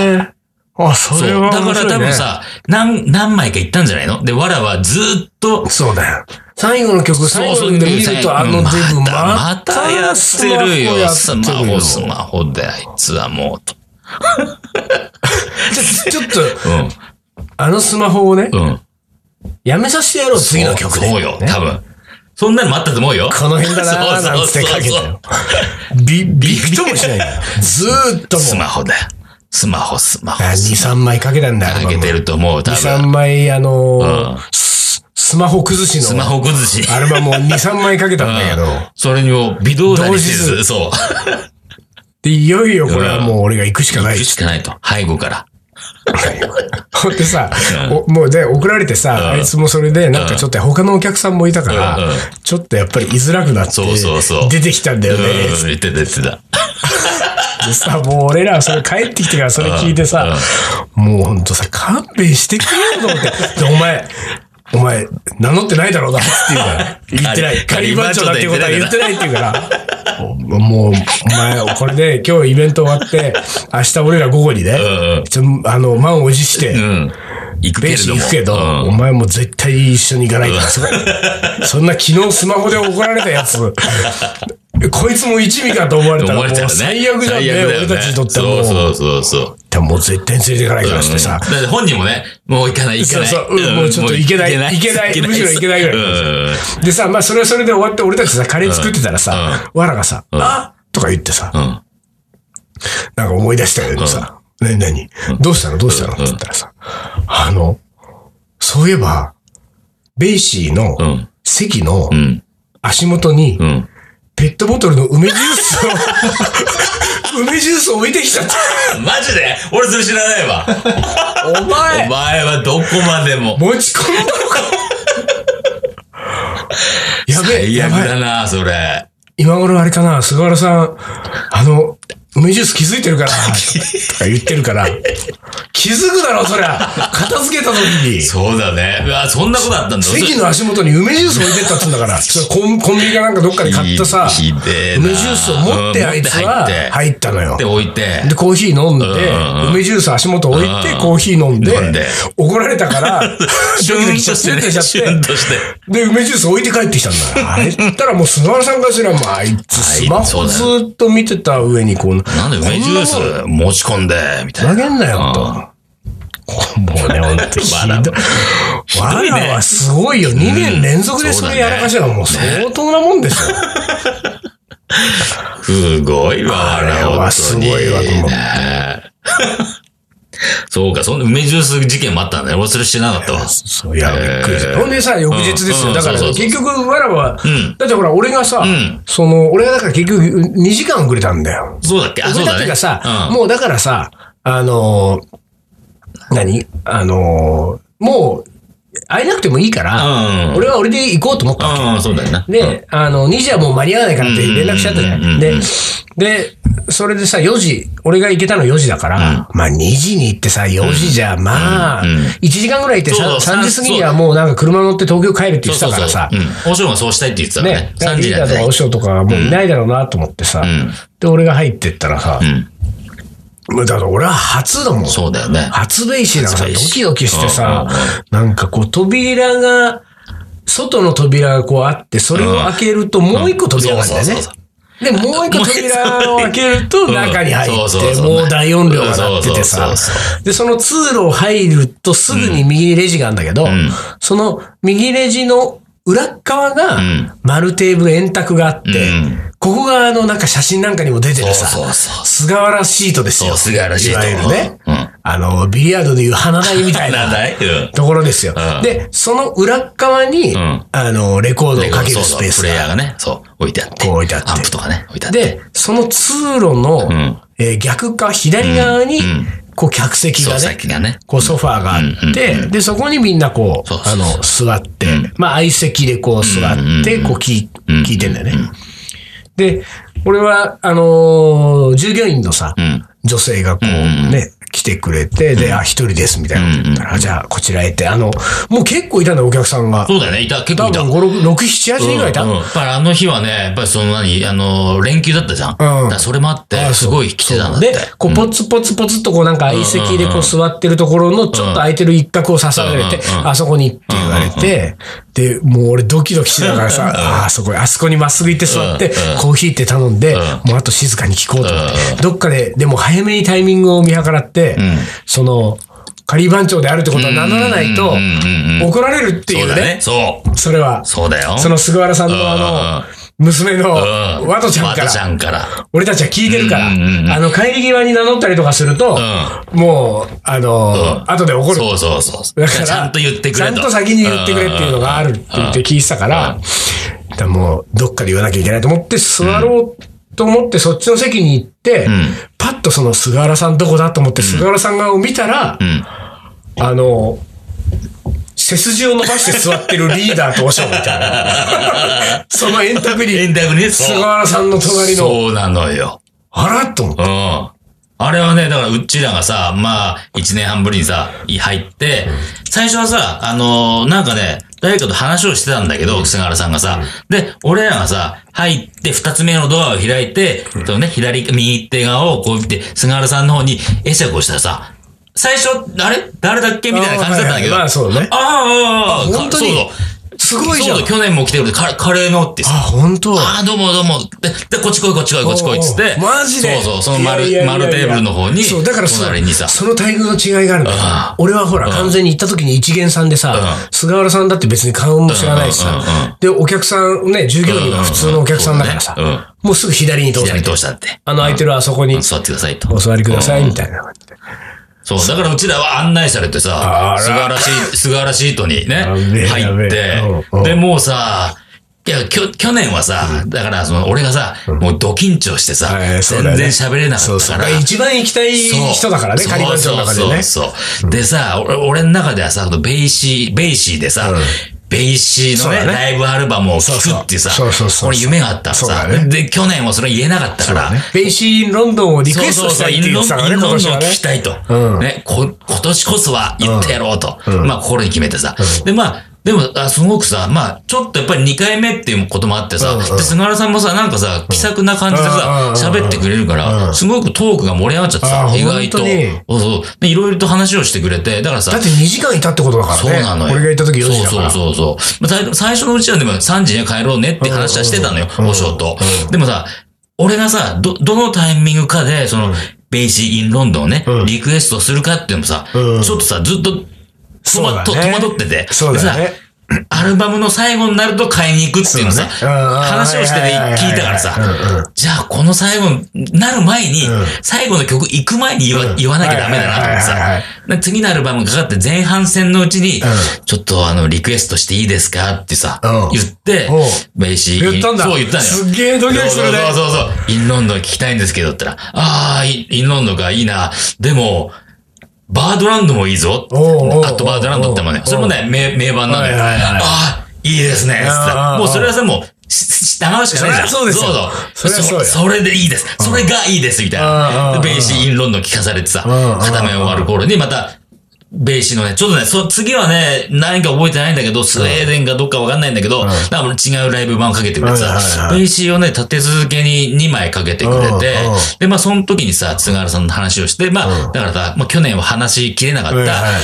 [SPEAKER 1] あ、そ
[SPEAKER 2] そう。
[SPEAKER 1] れ
[SPEAKER 2] だ
[SPEAKER 1] は
[SPEAKER 2] か
[SPEAKER 1] 面白い、ね。
[SPEAKER 2] ら多分さ、何、何枚か行ったんじゃないので、わらはずーっと、
[SPEAKER 1] そうだよ。最後の曲、最後ので見ると、あのデブ、
[SPEAKER 2] また、またやってるよ。スマホ、
[SPEAKER 1] ス
[SPEAKER 2] ス
[SPEAKER 1] マホやってるよ
[SPEAKER 2] マホで、あいつはもうと。
[SPEAKER 1] ちょっと、あのスマホをね、
[SPEAKER 2] うん。うん。
[SPEAKER 1] やめさせてやろう、次の曲で。
[SPEAKER 2] そうよ、
[SPEAKER 1] ね
[SPEAKER 2] 多分。そんなのもあったと思うよ。
[SPEAKER 1] この辺だなーなんつってかけた
[SPEAKER 2] そうそうそう
[SPEAKER 1] よ。び、びくともしないよ。ずーっとも
[SPEAKER 2] ス
[SPEAKER 1] う
[SPEAKER 2] マホだよ。スマホ、スマホ。
[SPEAKER 1] あ、2、3枚かけたんだ、
[SPEAKER 2] かけてると思う、多
[SPEAKER 1] 2、3
[SPEAKER 2] 分。
[SPEAKER 1] 枚、あのー
[SPEAKER 2] うん
[SPEAKER 1] ス、スマホ崩し
[SPEAKER 2] スマ
[SPEAKER 1] の
[SPEAKER 2] ホ崩し。
[SPEAKER 1] アルバムを2、3枚かけたんだけど、
[SPEAKER 2] それにも微動だにせ
[SPEAKER 1] 同
[SPEAKER 2] ず、そう。
[SPEAKER 1] で、いよいよこれはもう俺が行くしかない
[SPEAKER 2] 行く。しかないと。背後から。
[SPEAKER 1] ほんでさ、おもうで、送られてさ、あいつもそれで、なんかちょっと他のお客さんもいたから
[SPEAKER 2] うんうん、
[SPEAKER 1] ちょっとやっぱり居づらくなって
[SPEAKER 2] そうそうそう、
[SPEAKER 1] 出てきたんだよね。
[SPEAKER 2] うん、言ってた、言ってた。
[SPEAKER 1] でさ、もう俺らそれ帰ってきてからそれ聞いてさ、もうほんとさ、勘弁してくれよと思って。で、お前、お前、名乗ってないだろうなって言うから。言ってない。カ
[SPEAKER 2] カ
[SPEAKER 1] リ
[SPEAKER 2] リ
[SPEAKER 1] ーバ
[SPEAKER 2] バ
[SPEAKER 1] ン
[SPEAKER 2] ン
[SPEAKER 1] チ
[SPEAKER 2] チ
[SPEAKER 1] ョ
[SPEAKER 2] ョ
[SPEAKER 1] だっ
[SPEAKER 2] だってて
[SPEAKER 1] こ
[SPEAKER 2] こと
[SPEAKER 1] は
[SPEAKER 2] とは
[SPEAKER 1] 言
[SPEAKER 2] 言
[SPEAKER 1] っ
[SPEAKER 2] ってて
[SPEAKER 1] ないって言うから。もう、お前、これで今日イベント終わって、明日俺ら午後にね、
[SPEAKER 2] んうん
[SPEAKER 1] ちょあの、満を持して、
[SPEAKER 2] うん。行くけ
[SPEAKER 1] ベー
[SPEAKER 2] れ
[SPEAKER 1] ス
[SPEAKER 2] ど
[SPEAKER 1] 行
[SPEAKER 2] も。
[SPEAKER 1] くけど、
[SPEAKER 2] うん
[SPEAKER 1] お前も絶対一緒に行かないから、そ そんな昨日スマホで怒られたやつ、 こいつも一味かと思われたら、も
[SPEAKER 2] 思わ
[SPEAKER 1] う
[SPEAKER 2] れたらね。
[SPEAKER 1] 最悪じゃんね、
[SPEAKER 2] 最悪だよ
[SPEAKER 1] 俺たちにとってはも。
[SPEAKER 2] そううそうそうそう。
[SPEAKER 1] でももう絶対に連れていかないからしてさ、
[SPEAKER 2] うんだって本人もね、もう行かない、行かない。
[SPEAKER 1] そうそううんもうちょっと行けない行けないむしろ行けないぐらい
[SPEAKER 2] うん
[SPEAKER 1] でさ、まあそれはそれで終わって俺たちさ、カレー作ってたらさ、わらがさ、あとか言ってさ、
[SPEAKER 2] うん。
[SPEAKER 1] なんか思い出したけどさ、何何どうしたのどうしたのって言ったらさ、あの、そういえば、ベイシーの
[SPEAKER 2] うん
[SPEAKER 1] 席の
[SPEAKER 2] うん。
[SPEAKER 1] 足元に、
[SPEAKER 2] うん。
[SPEAKER 1] ペットボトルの梅ジュースを、 梅ジュースを置いてきたって。
[SPEAKER 2] マジで俺それ知らないわ。
[SPEAKER 1] お前
[SPEAKER 2] お前はどこまでも。
[SPEAKER 1] 持ち込んだのかやべえ、
[SPEAKER 2] 最
[SPEAKER 1] や
[SPEAKER 2] 悪
[SPEAKER 1] ばい。
[SPEAKER 2] だな、それ。
[SPEAKER 1] 今頃あれかな、菅原さん、あの、梅ジュース気づいてるから、とか言ってるから、気づくだろ、そりゃ。片付けた時に。
[SPEAKER 2] そうだね。うわ、そんなことあったんだ。
[SPEAKER 1] 席の足元に梅ジュース置いてったっつうんだから、それコンコンビニかなんかどっかで買ったさ、
[SPEAKER 2] ひでえな
[SPEAKER 1] 梅ジュースを持って
[SPEAKER 2] うん
[SPEAKER 1] あいつは
[SPEAKER 2] 持って入って
[SPEAKER 1] 入ったのよ
[SPEAKER 2] で、。置いて。
[SPEAKER 1] で、コーヒー飲んで、
[SPEAKER 2] うん
[SPEAKER 1] 梅ジュース足元置いて、コーヒー飲んで
[SPEAKER 2] 飲んで、
[SPEAKER 1] 怒られたから、
[SPEAKER 2] シ
[SPEAKER 1] ド
[SPEAKER 2] ュ
[SPEAKER 1] キド
[SPEAKER 2] ン
[SPEAKER 1] キ
[SPEAKER 2] と
[SPEAKER 1] しちゃっ
[SPEAKER 2] して
[SPEAKER 1] て、
[SPEAKER 2] ね。
[SPEAKER 1] し
[SPEAKER 2] シ
[SPEAKER 1] ちゃ
[SPEAKER 2] ュ
[SPEAKER 1] っ
[SPEAKER 2] ンとして。
[SPEAKER 1] て。で、梅ジュース置いて帰ってきたんだよ。あれったらもう菅原さんかしら、もうあいつスマホずっと見てた上にこう、
[SPEAKER 2] なんで梅ジュー
[SPEAKER 1] こんなもん
[SPEAKER 2] ス持ち込んで、みた
[SPEAKER 1] 投
[SPEAKER 2] いな。
[SPEAKER 1] げんなよ、と
[SPEAKER 2] うん。
[SPEAKER 1] もうね、ほんとひどい。わ
[SPEAKER 2] どいね
[SPEAKER 1] らはすごいよ。2年連続でそれやらかしたらもう相当なもんでしょ。
[SPEAKER 2] すごいわ、
[SPEAKER 1] あれは
[SPEAKER 2] 本当に
[SPEAKER 1] すごいわと思って
[SPEAKER 2] ね そうか、その梅ジュース事件もあったんだよ。俺それ知らなかったわ。
[SPEAKER 1] そういや、び
[SPEAKER 2] え
[SPEAKER 1] っ
[SPEAKER 2] ー
[SPEAKER 1] くりした。ほんでさ、翌日です
[SPEAKER 2] うん
[SPEAKER 1] よ。
[SPEAKER 2] うん
[SPEAKER 1] だから、
[SPEAKER 2] そうそうそう
[SPEAKER 1] 結局、わらは
[SPEAKER 2] ん、
[SPEAKER 1] だってほら、俺がさ
[SPEAKER 2] ん、
[SPEAKER 1] その、俺がだから結局、2時間遅れたんだよ。
[SPEAKER 2] そうだっけあ、
[SPEAKER 1] 遅
[SPEAKER 2] そ
[SPEAKER 1] れ
[SPEAKER 2] う
[SPEAKER 1] たっ
[SPEAKER 2] だ
[SPEAKER 1] ていう
[SPEAKER 2] ね。
[SPEAKER 1] かさ、
[SPEAKER 2] うん
[SPEAKER 1] もうだからさ、あのー、何あのー、もう、会えなくてもいいから、
[SPEAKER 2] うん。
[SPEAKER 1] 俺は俺で行こうと思ったわけ。
[SPEAKER 2] うん、そうだよな。
[SPEAKER 1] で、あの、2時はもう間に合わないからって連絡しちゃったじゃ
[SPEAKER 2] うんうんうん
[SPEAKER 1] な
[SPEAKER 2] う
[SPEAKER 1] い
[SPEAKER 2] ん
[SPEAKER 1] で、で、それでさ、4時、俺が行けたの4時だから、まあ2時に行ってさ、4時じゃ、まあ
[SPEAKER 2] うんうん、
[SPEAKER 1] 1時間ぐらいいてさ
[SPEAKER 2] そうそう
[SPEAKER 1] 3時過ぎにはもうなんか車乗って東京帰るって
[SPEAKER 2] そ
[SPEAKER 1] 言ってた
[SPEAKER 2] うそう
[SPEAKER 1] から
[SPEAKER 2] そう
[SPEAKER 1] さ。、
[SPEAKER 2] うん。お嬢がそうしたいって言ってたからね
[SPEAKER 1] ね。、
[SPEAKER 2] 3時
[SPEAKER 1] リー
[SPEAKER 2] に
[SPEAKER 1] ダ
[SPEAKER 2] な
[SPEAKER 1] ー
[SPEAKER 2] っ
[SPEAKER 1] と
[SPEAKER 2] て
[SPEAKER 1] か
[SPEAKER 2] ね
[SPEAKER 1] お。しょとかはもういないだろうなと思ってさ
[SPEAKER 2] ん、
[SPEAKER 1] で、俺が入ってったらさ
[SPEAKER 2] う、ん。
[SPEAKER 1] もうだから俺は初だもん。
[SPEAKER 2] そうだよね。
[SPEAKER 1] 初ベイシーだからさ、ド
[SPEAKER 2] 初ベイシー
[SPEAKER 1] キドキしてさ
[SPEAKER 2] うんうん、
[SPEAKER 1] なんかこう扉が、外の扉がこうあって、それを開けるともう一個扉があるんだよね
[SPEAKER 2] そうそうそう。
[SPEAKER 1] で、もう一個扉を開けると
[SPEAKER 2] うん
[SPEAKER 1] 中に入
[SPEAKER 2] そう
[SPEAKER 1] っ
[SPEAKER 2] そう
[SPEAKER 1] て、
[SPEAKER 2] そう
[SPEAKER 1] もう大音量が鳴っててさ
[SPEAKER 2] そうそうそ、
[SPEAKER 1] で、その通路を入るとすぐに右にレジがあるんだけど
[SPEAKER 2] ん、
[SPEAKER 1] その右レジの裏っ側が
[SPEAKER 2] ん
[SPEAKER 1] 丸テーブル円卓があって
[SPEAKER 2] うん、
[SPEAKER 1] ここがあのなんか写真なんかにも出てるさ、
[SPEAKER 2] そうそうそう
[SPEAKER 1] 菅原シートです
[SPEAKER 2] そ
[SPEAKER 1] よ。
[SPEAKER 2] う、すがらしい
[SPEAKER 1] い
[SPEAKER 2] と
[SPEAKER 1] わゆるね。
[SPEAKER 2] うん。
[SPEAKER 1] あの、ビリヤードでいう花台みたい
[SPEAKER 2] な
[SPEAKER 1] な
[SPEAKER 2] だいうん。
[SPEAKER 1] ところですよ
[SPEAKER 2] う。ん
[SPEAKER 1] で、その裏っ側に、
[SPEAKER 2] ん
[SPEAKER 1] あの、レコードをかけ
[SPEAKER 2] そ
[SPEAKER 1] る
[SPEAKER 2] う
[SPEAKER 1] ス
[SPEAKER 2] そう
[SPEAKER 1] ペー
[SPEAKER 2] プ
[SPEAKER 1] ス
[SPEAKER 2] レイヤ
[SPEAKER 1] が。
[SPEAKER 2] ーがね、そう、置いてあって。
[SPEAKER 1] こう置いてあって
[SPEAKER 2] アンプとかね、置いてあって。
[SPEAKER 1] で、その通路の、
[SPEAKER 2] ん
[SPEAKER 1] えー逆か左側に、
[SPEAKER 2] うんうん
[SPEAKER 1] こう客席
[SPEAKER 2] そ
[SPEAKER 1] が
[SPEAKER 2] う、
[SPEAKER 1] ね、
[SPEAKER 2] 先がね。
[SPEAKER 1] こうソファーがあって、
[SPEAKER 2] うんうんう
[SPEAKER 1] で、そこにみんなこう、
[SPEAKER 2] そうそうそ
[SPEAKER 1] あ
[SPEAKER 2] う
[SPEAKER 1] の、座って、
[SPEAKER 2] うん
[SPEAKER 1] まあ、相席でこう座
[SPEAKER 2] うんうん
[SPEAKER 1] っ
[SPEAKER 2] うん
[SPEAKER 1] て、こう聞い、
[SPEAKER 2] うん
[SPEAKER 1] 聞いてんだよね。で、俺は、あのー従業員のさ、
[SPEAKER 2] うん。
[SPEAKER 1] 女性がこうね、来てくれて、で、あ、一人ですみたいなこと言ったら、あじゃあこちらへって、あの、もう結構いたんだよお客さんが。
[SPEAKER 2] そうだよね、いた、結構
[SPEAKER 1] 多
[SPEAKER 2] いた。
[SPEAKER 1] 分5、6、6、7、8人ぐらいいた。
[SPEAKER 2] うんうんやっぱりあの日はね、やっぱりその何、あの、連休だったじゃん。だからそれもあって
[SPEAKER 1] あ、
[SPEAKER 2] すごい来てたんだって
[SPEAKER 1] で。、こう、ポツポツポツっとこうなんか相席でこう座ってるところのちょっと空いてる一角を刺されて
[SPEAKER 2] うんうんう、ん
[SPEAKER 1] あそこにって言われて、で、もう俺ドキドキしながらさ、ああ、そこ、あそこにまっすぐ行って座って、コーヒーって頼んで、もうあと静かに聞こうと思って。どっかで、でも早めにタイミングを見計らって、その、仮番長であるってことは名乗らないと
[SPEAKER 2] うんうんうんう、ん
[SPEAKER 1] 怒られるって
[SPEAKER 2] そ
[SPEAKER 1] いうう
[SPEAKER 2] だ
[SPEAKER 1] ね
[SPEAKER 2] ね。。そう。
[SPEAKER 1] それは、
[SPEAKER 2] そうだよ。
[SPEAKER 1] その菅原さんのあの、娘の
[SPEAKER 2] うん、
[SPEAKER 1] ワトちゃんか
[SPEAKER 2] ワトちゃ
[SPEAKER 1] ら、
[SPEAKER 2] んから。
[SPEAKER 1] 俺たちは聞いてるから、
[SPEAKER 2] うんうんうん
[SPEAKER 1] あの、帰り際に名乗ったりとかすると、
[SPEAKER 2] う
[SPEAKER 1] もう、あの、後で怒る
[SPEAKER 2] そうそうそう。
[SPEAKER 1] だから、
[SPEAKER 2] ちゃんと言ってくれと。
[SPEAKER 1] ちゃんと先に言ってくれっていうのがあるって言って聞いてたから、だからもう、どっかで言わなきゃいけないと思って、座ろうと思って、そっちの席に行って、パッとその菅原さんどこだと思って、菅原さん側を見たら、
[SPEAKER 2] ん
[SPEAKER 1] あの、背筋を伸ばして座ってるリーダーとおしゃみたい な。その円卓
[SPEAKER 2] エン
[SPEAKER 1] に、
[SPEAKER 2] タグね、
[SPEAKER 1] 菅
[SPEAKER 2] そう。
[SPEAKER 1] 原さんの隣の、
[SPEAKER 2] そうなのよ。
[SPEAKER 1] あらと思って
[SPEAKER 2] う。ん。あれはね、だから、うちらがさ、まあ、一年半ぶりにさ、い入って、最初はさ、あのーなんかね、誰かと話をしてたんだけど、菅原さんがさ、で、俺らがさ、入って、二つ目のドアを開いて、そのね、左、右手側をこう見て、菅原さんの方に会釈をしたらさ、最初、あれ誰だっけみたいな感じだったんだけど、
[SPEAKER 1] あーはいはいまあそうね
[SPEAKER 2] ああああ、
[SPEAKER 1] あ本当に
[SPEAKER 2] そうそう
[SPEAKER 1] すごいじゃん
[SPEAKER 2] そうだ去年も来てくれて、カカレーのってさ
[SPEAKER 1] あ、本当
[SPEAKER 2] ああ、どうもどうも。で、でこっち来い、こっち来い、こっち来い、つって。
[SPEAKER 1] おうマジで
[SPEAKER 2] そうそう、その丸
[SPEAKER 1] いやい、やいやいや
[SPEAKER 2] 丸テーブルの方に、
[SPEAKER 1] そう、だからそ
[SPEAKER 2] 隣にさ。
[SPEAKER 1] その待遇の違いがあるんだよ
[SPEAKER 2] ああ
[SPEAKER 1] 俺はほら、完全に行った時に一元さんでさ
[SPEAKER 2] う、
[SPEAKER 1] 菅原さんだって別に顔も知らないし
[SPEAKER 2] うんうんうんう
[SPEAKER 1] さ、で、お客さん、ね、従業員は普通のお客さんだからさ
[SPEAKER 2] うんうんうん、
[SPEAKER 1] もうすぐ左に通さ
[SPEAKER 2] 左
[SPEAKER 1] れ
[SPEAKER 2] に
[SPEAKER 1] て、
[SPEAKER 2] 通したって。
[SPEAKER 1] あの空いてるあそこに
[SPEAKER 2] 座ってくださいと。
[SPEAKER 1] お座りください、みたいな感じで。
[SPEAKER 2] そう、だからうちらは案内されて
[SPEAKER 1] あ
[SPEAKER 2] さ、
[SPEAKER 1] ら
[SPEAKER 2] 菅原シート、菅原シートにね、
[SPEAKER 1] やべえやべ
[SPEAKER 2] 入っ
[SPEAKER 1] えうんうん
[SPEAKER 2] て、で、もうさ、いや、きょ、去年はさ、だから、その、俺がさ、もうド緊張してさ
[SPEAKER 1] は、いそう
[SPEAKER 2] 全
[SPEAKER 1] だよね
[SPEAKER 2] 然喋れなか
[SPEAKER 1] そ
[SPEAKER 2] っ
[SPEAKER 1] う
[SPEAKER 2] た
[SPEAKER 1] そ
[SPEAKER 2] か
[SPEAKER 1] う
[SPEAKER 2] ら。。
[SPEAKER 1] 一番行きたい人だからね、
[SPEAKER 2] そう
[SPEAKER 1] カリバン長の中でね。
[SPEAKER 2] そうそうそう。でさ、俺、俺の中ではさ、ベイシー、ベイシーでさ、ベイシーの
[SPEAKER 1] そ
[SPEAKER 2] ね、
[SPEAKER 1] うだね
[SPEAKER 2] ライブアルバムを聴くっていうさ
[SPEAKER 1] そうそうそうそう、
[SPEAKER 2] 俺夢があったの
[SPEAKER 1] そうだ
[SPEAKER 2] さ、
[SPEAKER 1] ね
[SPEAKER 2] で、去年もそれ言えなかったから、
[SPEAKER 1] ベイシー・イン・ロンドンをリク
[SPEAKER 2] そ
[SPEAKER 1] エ
[SPEAKER 2] う
[SPEAKER 1] ス
[SPEAKER 2] そ
[SPEAKER 1] ト
[SPEAKER 2] う
[SPEAKER 1] し
[SPEAKER 2] そ
[SPEAKER 1] た
[SPEAKER 2] う、
[SPEAKER 1] い
[SPEAKER 2] イ
[SPEAKER 1] って
[SPEAKER 2] ン
[SPEAKER 1] 言
[SPEAKER 2] ロ
[SPEAKER 1] っ
[SPEAKER 2] ン
[SPEAKER 1] てたからね、今年
[SPEAKER 2] ドン、インロンドン
[SPEAKER 1] は
[SPEAKER 2] を
[SPEAKER 1] ね
[SPEAKER 2] 聞き。たいと。
[SPEAKER 1] うん
[SPEAKER 2] ね、こ、今年こそは言ってやろうと。まあ、心に決めてさ。で、まあ、でも、あすごくさ、まあ、ちょっとやっぱり2回目っていうこともあってさ、
[SPEAKER 1] うんうん
[SPEAKER 2] で、菅原さんもさ、なんかさ、気さくな感じでさ、
[SPEAKER 1] うんうんうん
[SPEAKER 2] 喋ってくれるから、すごくトークが盛り上がっちゃって
[SPEAKER 1] あ
[SPEAKER 2] さ、
[SPEAKER 1] ー
[SPEAKER 2] 意外と。
[SPEAKER 1] 本
[SPEAKER 2] そうそう。で、いろいろと話をしてくれて、だからさ
[SPEAKER 1] だっ、て2時間いたってことだからね。
[SPEAKER 2] そうなのよ。
[SPEAKER 1] 俺が行った時4時だから。
[SPEAKER 2] そうそうそうそう。まあ最最初のうちはでも3時には帰ろうねって話はしてたのよ、
[SPEAKER 1] うん
[SPEAKER 2] お尚と。でもさ、俺がさ、ど、どのタイミングかで、その、ベイシー・イン・ロンドンをね、
[SPEAKER 1] うん
[SPEAKER 2] リクエストするかっていうのもさ、
[SPEAKER 1] うん
[SPEAKER 2] ちょっとさ、ずっと、戸
[SPEAKER 1] そうだ
[SPEAKER 2] 惑
[SPEAKER 1] ね
[SPEAKER 2] 戸惑ってて。
[SPEAKER 1] そうだね
[SPEAKER 2] でさアルバムの最後になると買いに行くっていうのさ、
[SPEAKER 1] そうだねうんうん
[SPEAKER 2] 話をして
[SPEAKER 1] はい
[SPEAKER 2] て
[SPEAKER 1] はいはいはい
[SPEAKER 2] 聞いたからさ
[SPEAKER 1] うんうん、
[SPEAKER 2] じゃあこの最後になる前に
[SPEAKER 1] うん、
[SPEAKER 2] 最後の曲行く前に言
[SPEAKER 1] うん
[SPEAKER 2] わ言わなきゃダメだなと思って
[SPEAKER 1] はいはいはいはい
[SPEAKER 2] さ、で次のアルバムかかって前半戦のうちに、
[SPEAKER 1] う
[SPEAKER 2] ちょっとあの、リクエストしていいですかってさ、
[SPEAKER 1] うん
[SPEAKER 2] 言って
[SPEAKER 1] おう、
[SPEAKER 2] ベイシー
[SPEAKER 1] 言ったんだ
[SPEAKER 2] そう言ったんよ。
[SPEAKER 1] すっげえドキドキするね
[SPEAKER 2] そうそうそうそう。インロンドン聞きたいんですけどって言ったら、ああ、イインロンドンがいいな。でも、バードランドもいいぞ。
[SPEAKER 1] おうおうおう
[SPEAKER 2] あとバードランドって
[SPEAKER 1] お
[SPEAKER 2] も
[SPEAKER 1] うお
[SPEAKER 2] ね
[SPEAKER 1] う、
[SPEAKER 2] それもね、名名盤なんだよ。
[SPEAKER 1] はいはいはい
[SPEAKER 2] ああ、いいですね。つって
[SPEAKER 1] ああ
[SPEAKER 2] もうそれはさ、もう、し従うしかないじゃ
[SPEAKER 1] そり
[SPEAKER 2] ん。
[SPEAKER 1] ゃそうですよ
[SPEAKER 2] そう
[SPEAKER 1] そりゃそうよ
[SPEAKER 2] それでいいです。それがいいです、みたい
[SPEAKER 1] うんうんう
[SPEAKER 2] な。
[SPEAKER 1] ん
[SPEAKER 2] でベイシー・イン・ロンドン聞かされてさ、
[SPEAKER 1] うんうん
[SPEAKER 2] 片目終わる頃にまた、ベイシーのね、ちょっとね、そ次はね、何か覚えてないんだけど、スウェーデンかどっかわかんないんだけど、なんか違うライブ版をかけてくれて
[SPEAKER 1] はいはい
[SPEAKER 2] さ
[SPEAKER 1] は、い
[SPEAKER 2] ベイシーをね、立て続けに2枚かけてくれて
[SPEAKER 1] うんうん、
[SPEAKER 2] で、まあ、その時にさ、津原さんの話をして、まあ、だからさ、まあ、去年は話しきれな
[SPEAKER 1] は
[SPEAKER 2] か
[SPEAKER 1] い
[SPEAKER 2] っ
[SPEAKER 1] は
[SPEAKER 2] た
[SPEAKER 1] い、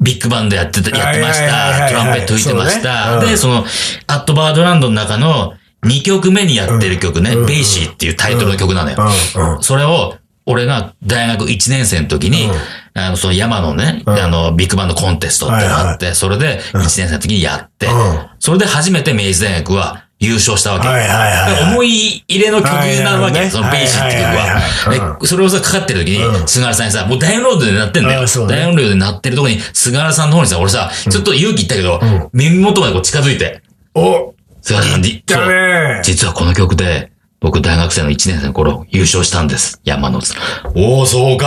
[SPEAKER 2] ビッグバンドやってた、やってまし
[SPEAKER 1] はいはいはいはい
[SPEAKER 2] た。トランペット吹いてました。
[SPEAKER 1] そうねうん
[SPEAKER 2] で、その、アットバードランドの中の2曲目にやってる曲ね、ベイシーっていうタイトルの曲なのよ。
[SPEAKER 1] うんうん
[SPEAKER 2] それを、俺が大学1年生の時に、あの、その山のね、あの、ビッグバンドコンテストってのがあって、それで1年生の時にやって
[SPEAKER 1] うん、
[SPEAKER 2] それで初めて明治大学は優勝したわけ。
[SPEAKER 1] はいはいはいはい
[SPEAKER 2] 思い入れの曲なわ
[SPEAKER 1] はいはいはいね
[SPEAKER 2] け、そのベイシーって曲
[SPEAKER 1] はいはいはいはい
[SPEAKER 2] は。でそれをさ、かかってる時
[SPEAKER 1] う
[SPEAKER 2] に、菅原さんにさ、もうダウンロードで鳴ってんだ
[SPEAKER 1] あ
[SPEAKER 2] よ。
[SPEAKER 1] そうね
[SPEAKER 2] ダウンロードで鳴ってるとこに、菅原さんの方にさ、俺さ、ちょっと勇気いったけど、耳元までこう近づいて、
[SPEAKER 1] お
[SPEAKER 2] 菅原さんに、
[SPEAKER 1] だ
[SPEAKER 2] そう
[SPEAKER 1] ね
[SPEAKER 2] 実はこの曲で、僕大学生の1年生の頃、優勝したんです。山野っつったらおー、そうかーみたい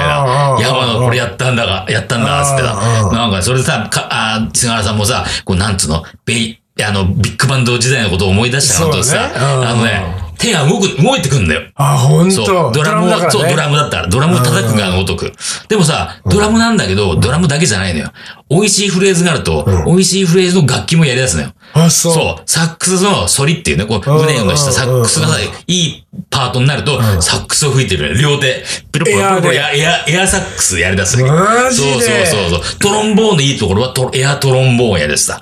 [SPEAKER 1] あーあ
[SPEAKER 2] な。
[SPEAKER 1] ー
[SPEAKER 2] 山野これやったんだが、やったんだーっつって
[SPEAKER 1] あーあ
[SPEAKER 2] た。なんか、それでさ、か、あー菅原さんもさ、こう、なんつうの、ベイ、あの、ビッグバンド時代のことを思い出したのとさ、
[SPEAKER 1] そうねうん
[SPEAKER 2] あのね、手が動く、動いてくんだよ。
[SPEAKER 1] あ、ほん
[SPEAKER 2] そ
[SPEAKER 1] と。
[SPEAKER 2] う、ドラムを、
[SPEAKER 1] だからね
[SPEAKER 2] そう、ドラムだったら、ドラムを叩くがごとく。でもさ、ドラムなんだけど、ドラムだけじゃないのよ。美味しいフレーズがあると、美味しいフレーズの楽器もやり出すのよ。
[SPEAKER 1] あ、そう。
[SPEAKER 2] そう。サックスの反りっていうね、こう、
[SPEAKER 1] うん
[SPEAKER 2] 胸をしたサックスがさ
[SPEAKER 1] うん
[SPEAKER 2] いいパートになると、サックスを吹いてるよ両手。ピロピロピロピロ
[SPEAKER 1] エ
[SPEAKER 2] エ
[SPEAKER 1] ア
[SPEAKER 2] ア、エア、エアサックスやりだすわけ
[SPEAKER 1] マジで
[SPEAKER 2] そうそうそうそう。トロンボーンのいいところはトロ、エアトロンボーンやでさ。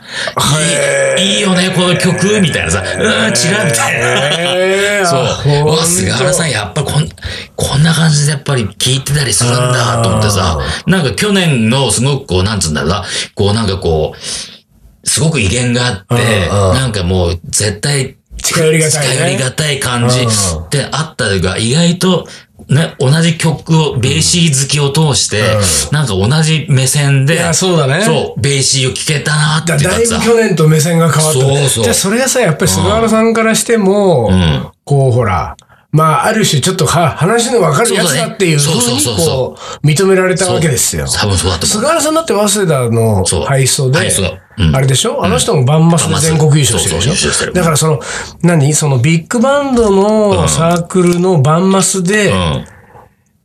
[SPEAKER 2] いい、いいよね、この曲、みたいなさ。うん、違う、みたいな。
[SPEAKER 1] えー
[SPEAKER 2] そう。うわ、
[SPEAKER 1] あ
[SPEAKER 2] 菅原さん、やっぱこん、こんな感じでやっぱり聞いてたりするんだと思ってさ、なんか去年のすごくこう、なんつうんだろうな、こうなんかこう、すごく威厳があって、
[SPEAKER 1] うんうん
[SPEAKER 2] なんかもう絶対、
[SPEAKER 1] 近寄りがたいね
[SPEAKER 2] 近寄りがたい感じ
[SPEAKER 1] うん
[SPEAKER 2] ってあったというか、意外と、ね、同じ曲を、ベーシー好きを通して、なんか同じ目線で、
[SPEAKER 1] いやそうだね
[SPEAKER 2] そう、ベーシーを聞けたなって
[SPEAKER 1] だ
[SPEAKER 2] いうか
[SPEAKER 1] だいぶ
[SPEAKER 2] さ
[SPEAKER 1] 去年と目線が変わったね。
[SPEAKER 2] そうそう
[SPEAKER 1] じゃあそれがさ、やっぱり菅原さんからしても、
[SPEAKER 2] ん
[SPEAKER 1] こうほら、まあある種ちょっとは話の分かるやつだっていうふ
[SPEAKER 2] そう
[SPEAKER 1] う
[SPEAKER 2] だね
[SPEAKER 1] に
[SPEAKER 2] そうそうそ
[SPEAKER 1] こう認められたわけですよ。
[SPEAKER 2] 多分そうだと思う。
[SPEAKER 1] 菅原さんだって早稲田の
[SPEAKER 2] そう
[SPEAKER 1] 配送で
[SPEAKER 2] 配送うん、
[SPEAKER 1] あれでしょあの人もバンマスで全国優勝してる
[SPEAKER 2] そうそう優勝して
[SPEAKER 1] でし
[SPEAKER 2] る
[SPEAKER 1] ょだからその、何そのビッグバンド
[SPEAKER 2] う
[SPEAKER 1] の
[SPEAKER 2] ん
[SPEAKER 1] サークルのバンマスで
[SPEAKER 2] うん。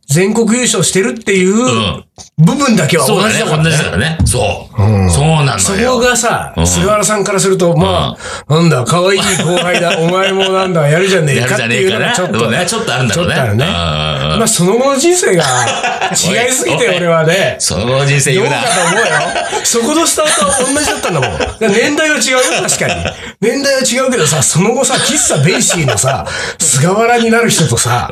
[SPEAKER 1] 全国優勝してるっていう
[SPEAKER 2] うん
[SPEAKER 1] 部分だけは
[SPEAKER 2] そ
[SPEAKER 1] 同
[SPEAKER 2] うだ
[SPEAKER 1] じだか
[SPEAKER 2] ね、
[SPEAKER 1] ら
[SPEAKER 2] 同
[SPEAKER 1] ね
[SPEAKER 2] じだからね。そう。そうな
[SPEAKER 1] そ
[SPEAKER 2] のよ。
[SPEAKER 1] こがさ
[SPEAKER 2] う、ん
[SPEAKER 1] 菅原さんからすると、まあ、なんだ、可愛い後輩 だ、お前もなんだ、やるじゃねえ
[SPEAKER 2] や
[SPEAKER 1] か
[SPEAKER 2] る
[SPEAKER 1] っ
[SPEAKER 2] じ
[SPEAKER 1] て
[SPEAKER 2] ゃね
[SPEAKER 1] い
[SPEAKER 2] え
[SPEAKER 1] う
[SPEAKER 2] か
[SPEAKER 1] の
[SPEAKER 2] な。
[SPEAKER 1] がちょっとね。
[SPEAKER 2] ちょっとあるんだろうね。
[SPEAKER 1] ちょっとあるね
[SPEAKER 2] うん
[SPEAKER 1] まあ、その後の人生 が違いすぎて、俺はね。
[SPEAKER 2] その人生
[SPEAKER 1] ど
[SPEAKER 2] 言
[SPEAKER 1] う
[SPEAKER 2] うな
[SPEAKER 1] か。と思うよ。そこのスタートは同じだったんだもん。だから年代は違うよ、確かに。年代は違うけどさ、その後さ、喫茶ベイシーのさ、菅原になる人とさ、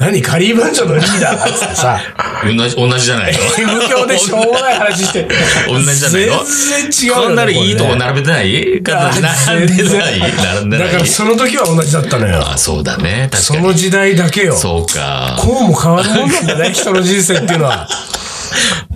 [SPEAKER 1] 何、カリーバンジョのリーダーだっつってさ、
[SPEAKER 2] 同じ、同じじゃな いの
[SPEAKER 1] 無教でしょうもない話して。
[SPEAKER 2] 同じじゃないの
[SPEAKER 1] 全然違うよね。
[SPEAKER 2] こんなのいい
[SPEAKER 1] こ
[SPEAKER 2] と
[SPEAKER 1] れ
[SPEAKER 2] こ
[SPEAKER 1] ね
[SPEAKER 2] 並べてない形並んでない並んで
[SPEAKER 1] だ
[SPEAKER 2] ない
[SPEAKER 1] からその時は同じだったのよ。
[SPEAKER 2] あ、そうだね。確
[SPEAKER 1] そ
[SPEAKER 2] か
[SPEAKER 1] の
[SPEAKER 2] に。
[SPEAKER 1] 時代だけよ。こ
[SPEAKER 2] そうか。
[SPEAKER 1] うも変わるもんなんだね、人の人生っていうのは。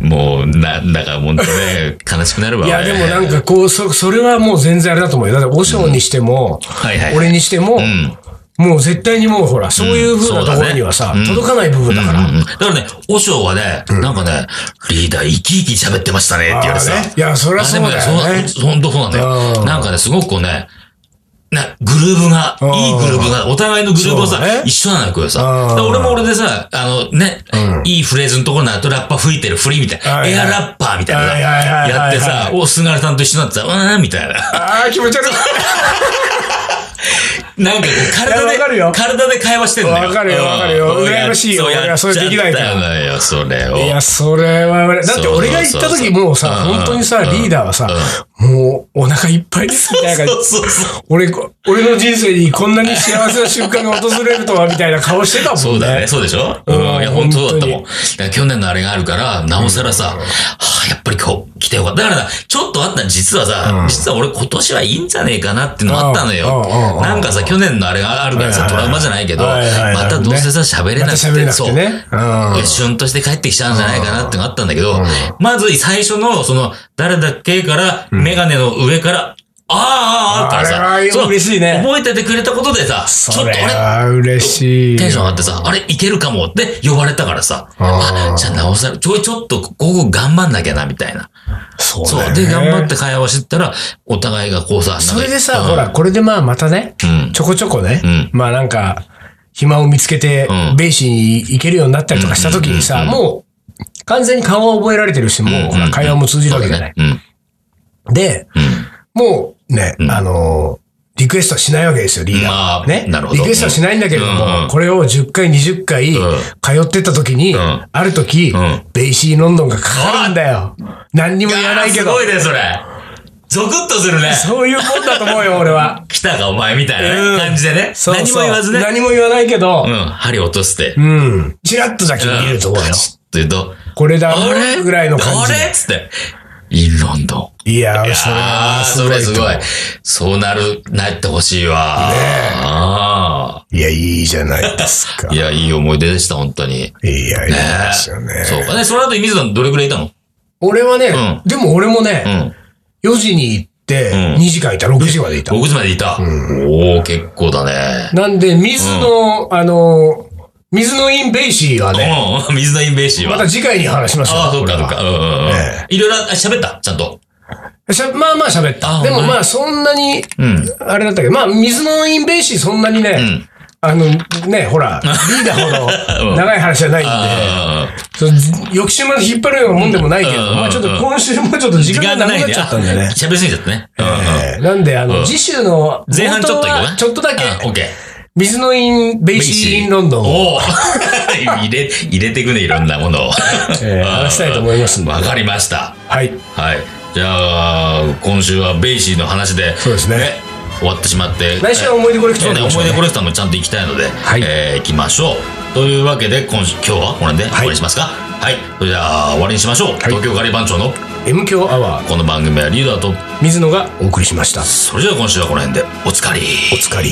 [SPEAKER 2] もう、な、だから本当ね、悲しくなるわ。
[SPEAKER 1] いや、で
[SPEAKER 2] 俺
[SPEAKER 1] もなんかこう、そ、それはもう全然あれだと思うよ。だって、和尚にしても、
[SPEAKER 2] はいはい
[SPEAKER 1] 俺にしても、
[SPEAKER 2] ん
[SPEAKER 1] もう絶対にもうほら、そういう風なところにはさ、
[SPEAKER 2] うんそうだねうん
[SPEAKER 1] 届かない部分だから。
[SPEAKER 2] うんうんだからね、和尚はね、なんかね、リーダー生き生き喋ってましたねって言われて
[SPEAKER 1] あ
[SPEAKER 2] さ
[SPEAKER 1] ーね。いやそりゃそうだよね
[SPEAKER 2] あでもそうほんとそうなんだ
[SPEAKER 1] う
[SPEAKER 2] よ。
[SPEAKER 1] ん
[SPEAKER 2] なんかね、すごくこうね、な、グルーブが、
[SPEAKER 1] ん
[SPEAKER 2] いいグルーブが、お互いのグルーブが
[SPEAKER 1] そうだね
[SPEAKER 2] さ、一緒なのよ、これさ。
[SPEAKER 1] うん
[SPEAKER 2] だから俺も俺でさ、あのね、いいフレーズのところになるとラッパ吹いてるフリみたい
[SPEAKER 1] はい
[SPEAKER 2] な、
[SPEAKER 1] はい
[SPEAKER 2] エアラッパーみたいなさ
[SPEAKER 1] はいはいはいはい
[SPEAKER 2] や
[SPEAKER 1] はい
[SPEAKER 2] ってさ、お、菅原さんと一緒になってさ、うーん、みたいな。
[SPEAKER 1] ああ、気持ち悪い。いやわ
[SPEAKER 2] なんかこう、体
[SPEAKER 1] かる
[SPEAKER 2] で
[SPEAKER 1] よ、
[SPEAKER 2] 体で会話してんのよ。
[SPEAKER 1] わかるよ
[SPEAKER 2] うん
[SPEAKER 1] わかるよ
[SPEAKER 2] うん
[SPEAKER 1] 羨ましいよ
[SPEAKER 2] うや
[SPEAKER 1] 俺はそれできないから
[SPEAKER 2] やっちゃったのよ、それを。
[SPEAKER 1] いや、それは俺、だって俺が行った
[SPEAKER 2] そうそうそ
[SPEAKER 1] 時
[SPEAKER 2] う
[SPEAKER 1] もうさ、
[SPEAKER 2] うん
[SPEAKER 1] 本当にさ、リーダーはさ、もうお腹いっぱいですみたいな感じ
[SPEAKER 2] そうそうそう。
[SPEAKER 1] 俺、こ俺の人生にこんなに幸せな瞬間が訪れるとは、みたいな顔してたもんね。
[SPEAKER 2] そうだね。そうでしょうん。
[SPEAKER 1] うん
[SPEAKER 2] いや、本当そうだったも
[SPEAKER 1] 本
[SPEAKER 2] ん。だから去年のあれがあるから、なおさらさ、はあ、やっぱり今日来てよかった。だからさ、ちょっとあったの実はさ、実は俺今年はいいんじゃねえかなっていうのあったのよ
[SPEAKER 1] うんうんうん。
[SPEAKER 2] なんかさ、去年のあれがあるから
[SPEAKER 1] は
[SPEAKER 2] さ、
[SPEAKER 1] いはい
[SPEAKER 2] ト
[SPEAKER 1] はい
[SPEAKER 2] ラウマじゃないけど、
[SPEAKER 1] はいはいはい
[SPEAKER 2] またどうせさ、喋れ
[SPEAKER 1] ま
[SPEAKER 2] な
[SPEAKER 1] た
[SPEAKER 2] く
[SPEAKER 1] 喋れ
[SPEAKER 2] て、
[SPEAKER 1] なく
[SPEAKER 2] そ
[SPEAKER 1] て
[SPEAKER 2] う。
[SPEAKER 1] ね。うん。
[SPEAKER 2] 旬として帰ってきちゃうんじゃないかなってのがあったんだけど、まず最初の、その、誰だっけから、メガネの上から、あーあーあーからさ、
[SPEAKER 1] あれは
[SPEAKER 2] そう
[SPEAKER 1] 嬉しいね
[SPEAKER 2] 覚えててくれたことでさ、ちょ
[SPEAKER 1] そ
[SPEAKER 2] っとあ
[SPEAKER 1] れ
[SPEAKER 2] れ、
[SPEAKER 1] は嬉しい。
[SPEAKER 2] テンション上がってさ、あれ、いけるかもって呼ばれたからさ、
[SPEAKER 1] あー
[SPEAKER 2] あ、じゃあなおさら、ちょいちょっと、ここ頑張んなきゃな、みたいな。
[SPEAKER 1] そう
[SPEAKER 2] そう
[SPEAKER 1] だよね
[SPEAKER 2] で、頑張って会話してったら、お互いがこうさ、なんか
[SPEAKER 1] それでさ、
[SPEAKER 2] うん
[SPEAKER 1] ほら、これでまあまたね、
[SPEAKER 2] うん
[SPEAKER 1] ちょこちょこね、
[SPEAKER 2] うん
[SPEAKER 1] まあなんか、暇を見つけて、
[SPEAKER 2] うん
[SPEAKER 1] ベイシーに行けるようになったりとかした時にさ、
[SPEAKER 2] うんうん
[SPEAKER 1] もう、完全に顔は覚えられてるし、もう、ほ
[SPEAKER 2] うんう
[SPEAKER 1] ら
[SPEAKER 2] ん
[SPEAKER 1] 会話も通じる
[SPEAKER 2] そう
[SPEAKER 1] わけじゃ
[SPEAKER 2] だ
[SPEAKER 1] ない
[SPEAKER 2] ね。。うん。
[SPEAKER 1] で、もうね、
[SPEAKER 2] ん
[SPEAKER 1] あのーリクエストはしないわけですよ、リーダーは。
[SPEAKER 2] まあ
[SPEAKER 1] ね。
[SPEAKER 2] なるほど
[SPEAKER 1] リクエストはしないんだけれども、
[SPEAKER 2] うんうん
[SPEAKER 1] これを10回、20回、通
[SPEAKER 2] ん
[SPEAKER 1] ってった時に、
[SPEAKER 2] ん
[SPEAKER 1] ある時、
[SPEAKER 2] ん
[SPEAKER 1] ベイシーロンドンがかかるんだよ。何にも言わないけ
[SPEAKER 2] あ
[SPEAKER 1] ど
[SPEAKER 2] ーす。ごいね、それ。ゾクッとするね。
[SPEAKER 1] そういうもんだと思うよ、俺は。
[SPEAKER 2] 来たか、お前、みたい
[SPEAKER 1] うん
[SPEAKER 2] なね感じでね。
[SPEAKER 1] そう
[SPEAKER 2] 何
[SPEAKER 1] そう
[SPEAKER 2] も言わずね。
[SPEAKER 1] 何も言わないけど
[SPEAKER 2] うん、、針落として
[SPEAKER 1] う。ん。チラッとだけ見ると思うよ
[SPEAKER 2] カ。チッと言うと、
[SPEAKER 1] これだ
[SPEAKER 2] あれ
[SPEAKER 1] ぐらいの感じ
[SPEAKER 2] あ。れつって、インロンドン。
[SPEAKER 1] いやー、それ
[SPEAKER 2] あ
[SPEAKER 1] は
[SPEAKER 2] あ、
[SPEAKER 1] す
[SPEAKER 2] そ
[SPEAKER 1] ごい
[SPEAKER 2] れす
[SPEAKER 1] と
[SPEAKER 2] ごい。そうなる、なってほしいわ。あ
[SPEAKER 1] いや、いいじゃないですか
[SPEAKER 2] あ。い。や、いい思い出でした、本当に。
[SPEAKER 1] いや、いいですよね。
[SPEAKER 2] そうかね。その後、水野さんどれくらいいたの
[SPEAKER 1] 俺はね、
[SPEAKER 2] う
[SPEAKER 1] でも俺もね、
[SPEAKER 2] うん。
[SPEAKER 1] 4時に行って、
[SPEAKER 2] うん
[SPEAKER 1] 2時間いた、6時までいた。
[SPEAKER 2] 6時までいた。おお結構だね。
[SPEAKER 1] なんで、水の、あの、水のインベイシーはね、
[SPEAKER 2] うん、 水野インベーシー
[SPEAKER 1] ま
[SPEAKER 2] は。
[SPEAKER 1] た次回に話しましょう。
[SPEAKER 2] ああ、そうか、そう
[SPEAKER 1] これは
[SPEAKER 2] か。うんうんうん
[SPEAKER 1] え。
[SPEAKER 2] いろいろあ喋ったちゃんと。
[SPEAKER 1] しゃまあまあ喋った。
[SPEAKER 2] あ
[SPEAKER 1] でも
[SPEAKER 2] ほんまに
[SPEAKER 1] まあそんなに、
[SPEAKER 2] うん。
[SPEAKER 1] あれだったけど、まあ水のインベイシーそんなにね、
[SPEAKER 2] うん。
[SPEAKER 1] あの、ね、ほ ら、リーダーほど長い話じゃないんで、
[SPEAKER 2] あ
[SPEAKER 1] その翌週まで引っ張るようなもんでもないけど、
[SPEAKER 2] うん
[SPEAKER 1] まあちょっと今週もちょっと
[SPEAKER 2] ー
[SPEAKER 1] 時間がなくなっ
[SPEAKER 2] ね
[SPEAKER 1] ちゃったんでね。
[SPEAKER 2] 喋りすぎちゃったね。うんうん
[SPEAKER 1] えーなんで、あの、次週の
[SPEAKER 2] 前半ちょっと行こ
[SPEAKER 1] 冒頭
[SPEAKER 2] う
[SPEAKER 1] は
[SPEAKER 2] ね
[SPEAKER 1] ちょっとだけ、
[SPEAKER 2] あオッケー。
[SPEAKER 1] 水のイン、ベイシーインロンドンを、
[SPEAKER 2] おお 入れ、入れてくね、いろんなものを。
[SPEAKER 1] えー話したいと思いますんで。
[SPEAKER 2] わかりました。
[SPEAKER 1] はい。
[SPEAKER 2] はい。じゃあ、今週はベイシーの話で、
[SPEAKER 1] そうですね
[SPEAKER 2] 終わってしまって。
[SPEAKER 1] 来週は思い出コレクション
[SPEAKER 2] えー
[SPEAKER 1] で
[SPEAKER 2] ね思い出コレクターもちゃんと行きたいので、
[SPEAKER 1] はい
[SPEAKER 2] えー行きましょう。というわけで、今週、今日はこれで終わりしますかはい。それじゃあ、終わりにしましょう。東京カリー番長の
[SPEAKER 1] M 強アワー、
[SPEAKER 2] この番組はリーダーと、
[SPEAKER 1] 水野がお送りしました。
[SPEAKER 2] それじゃあ今週はこの辺で、おつかり。
[SPEAKER 1] お疲れ。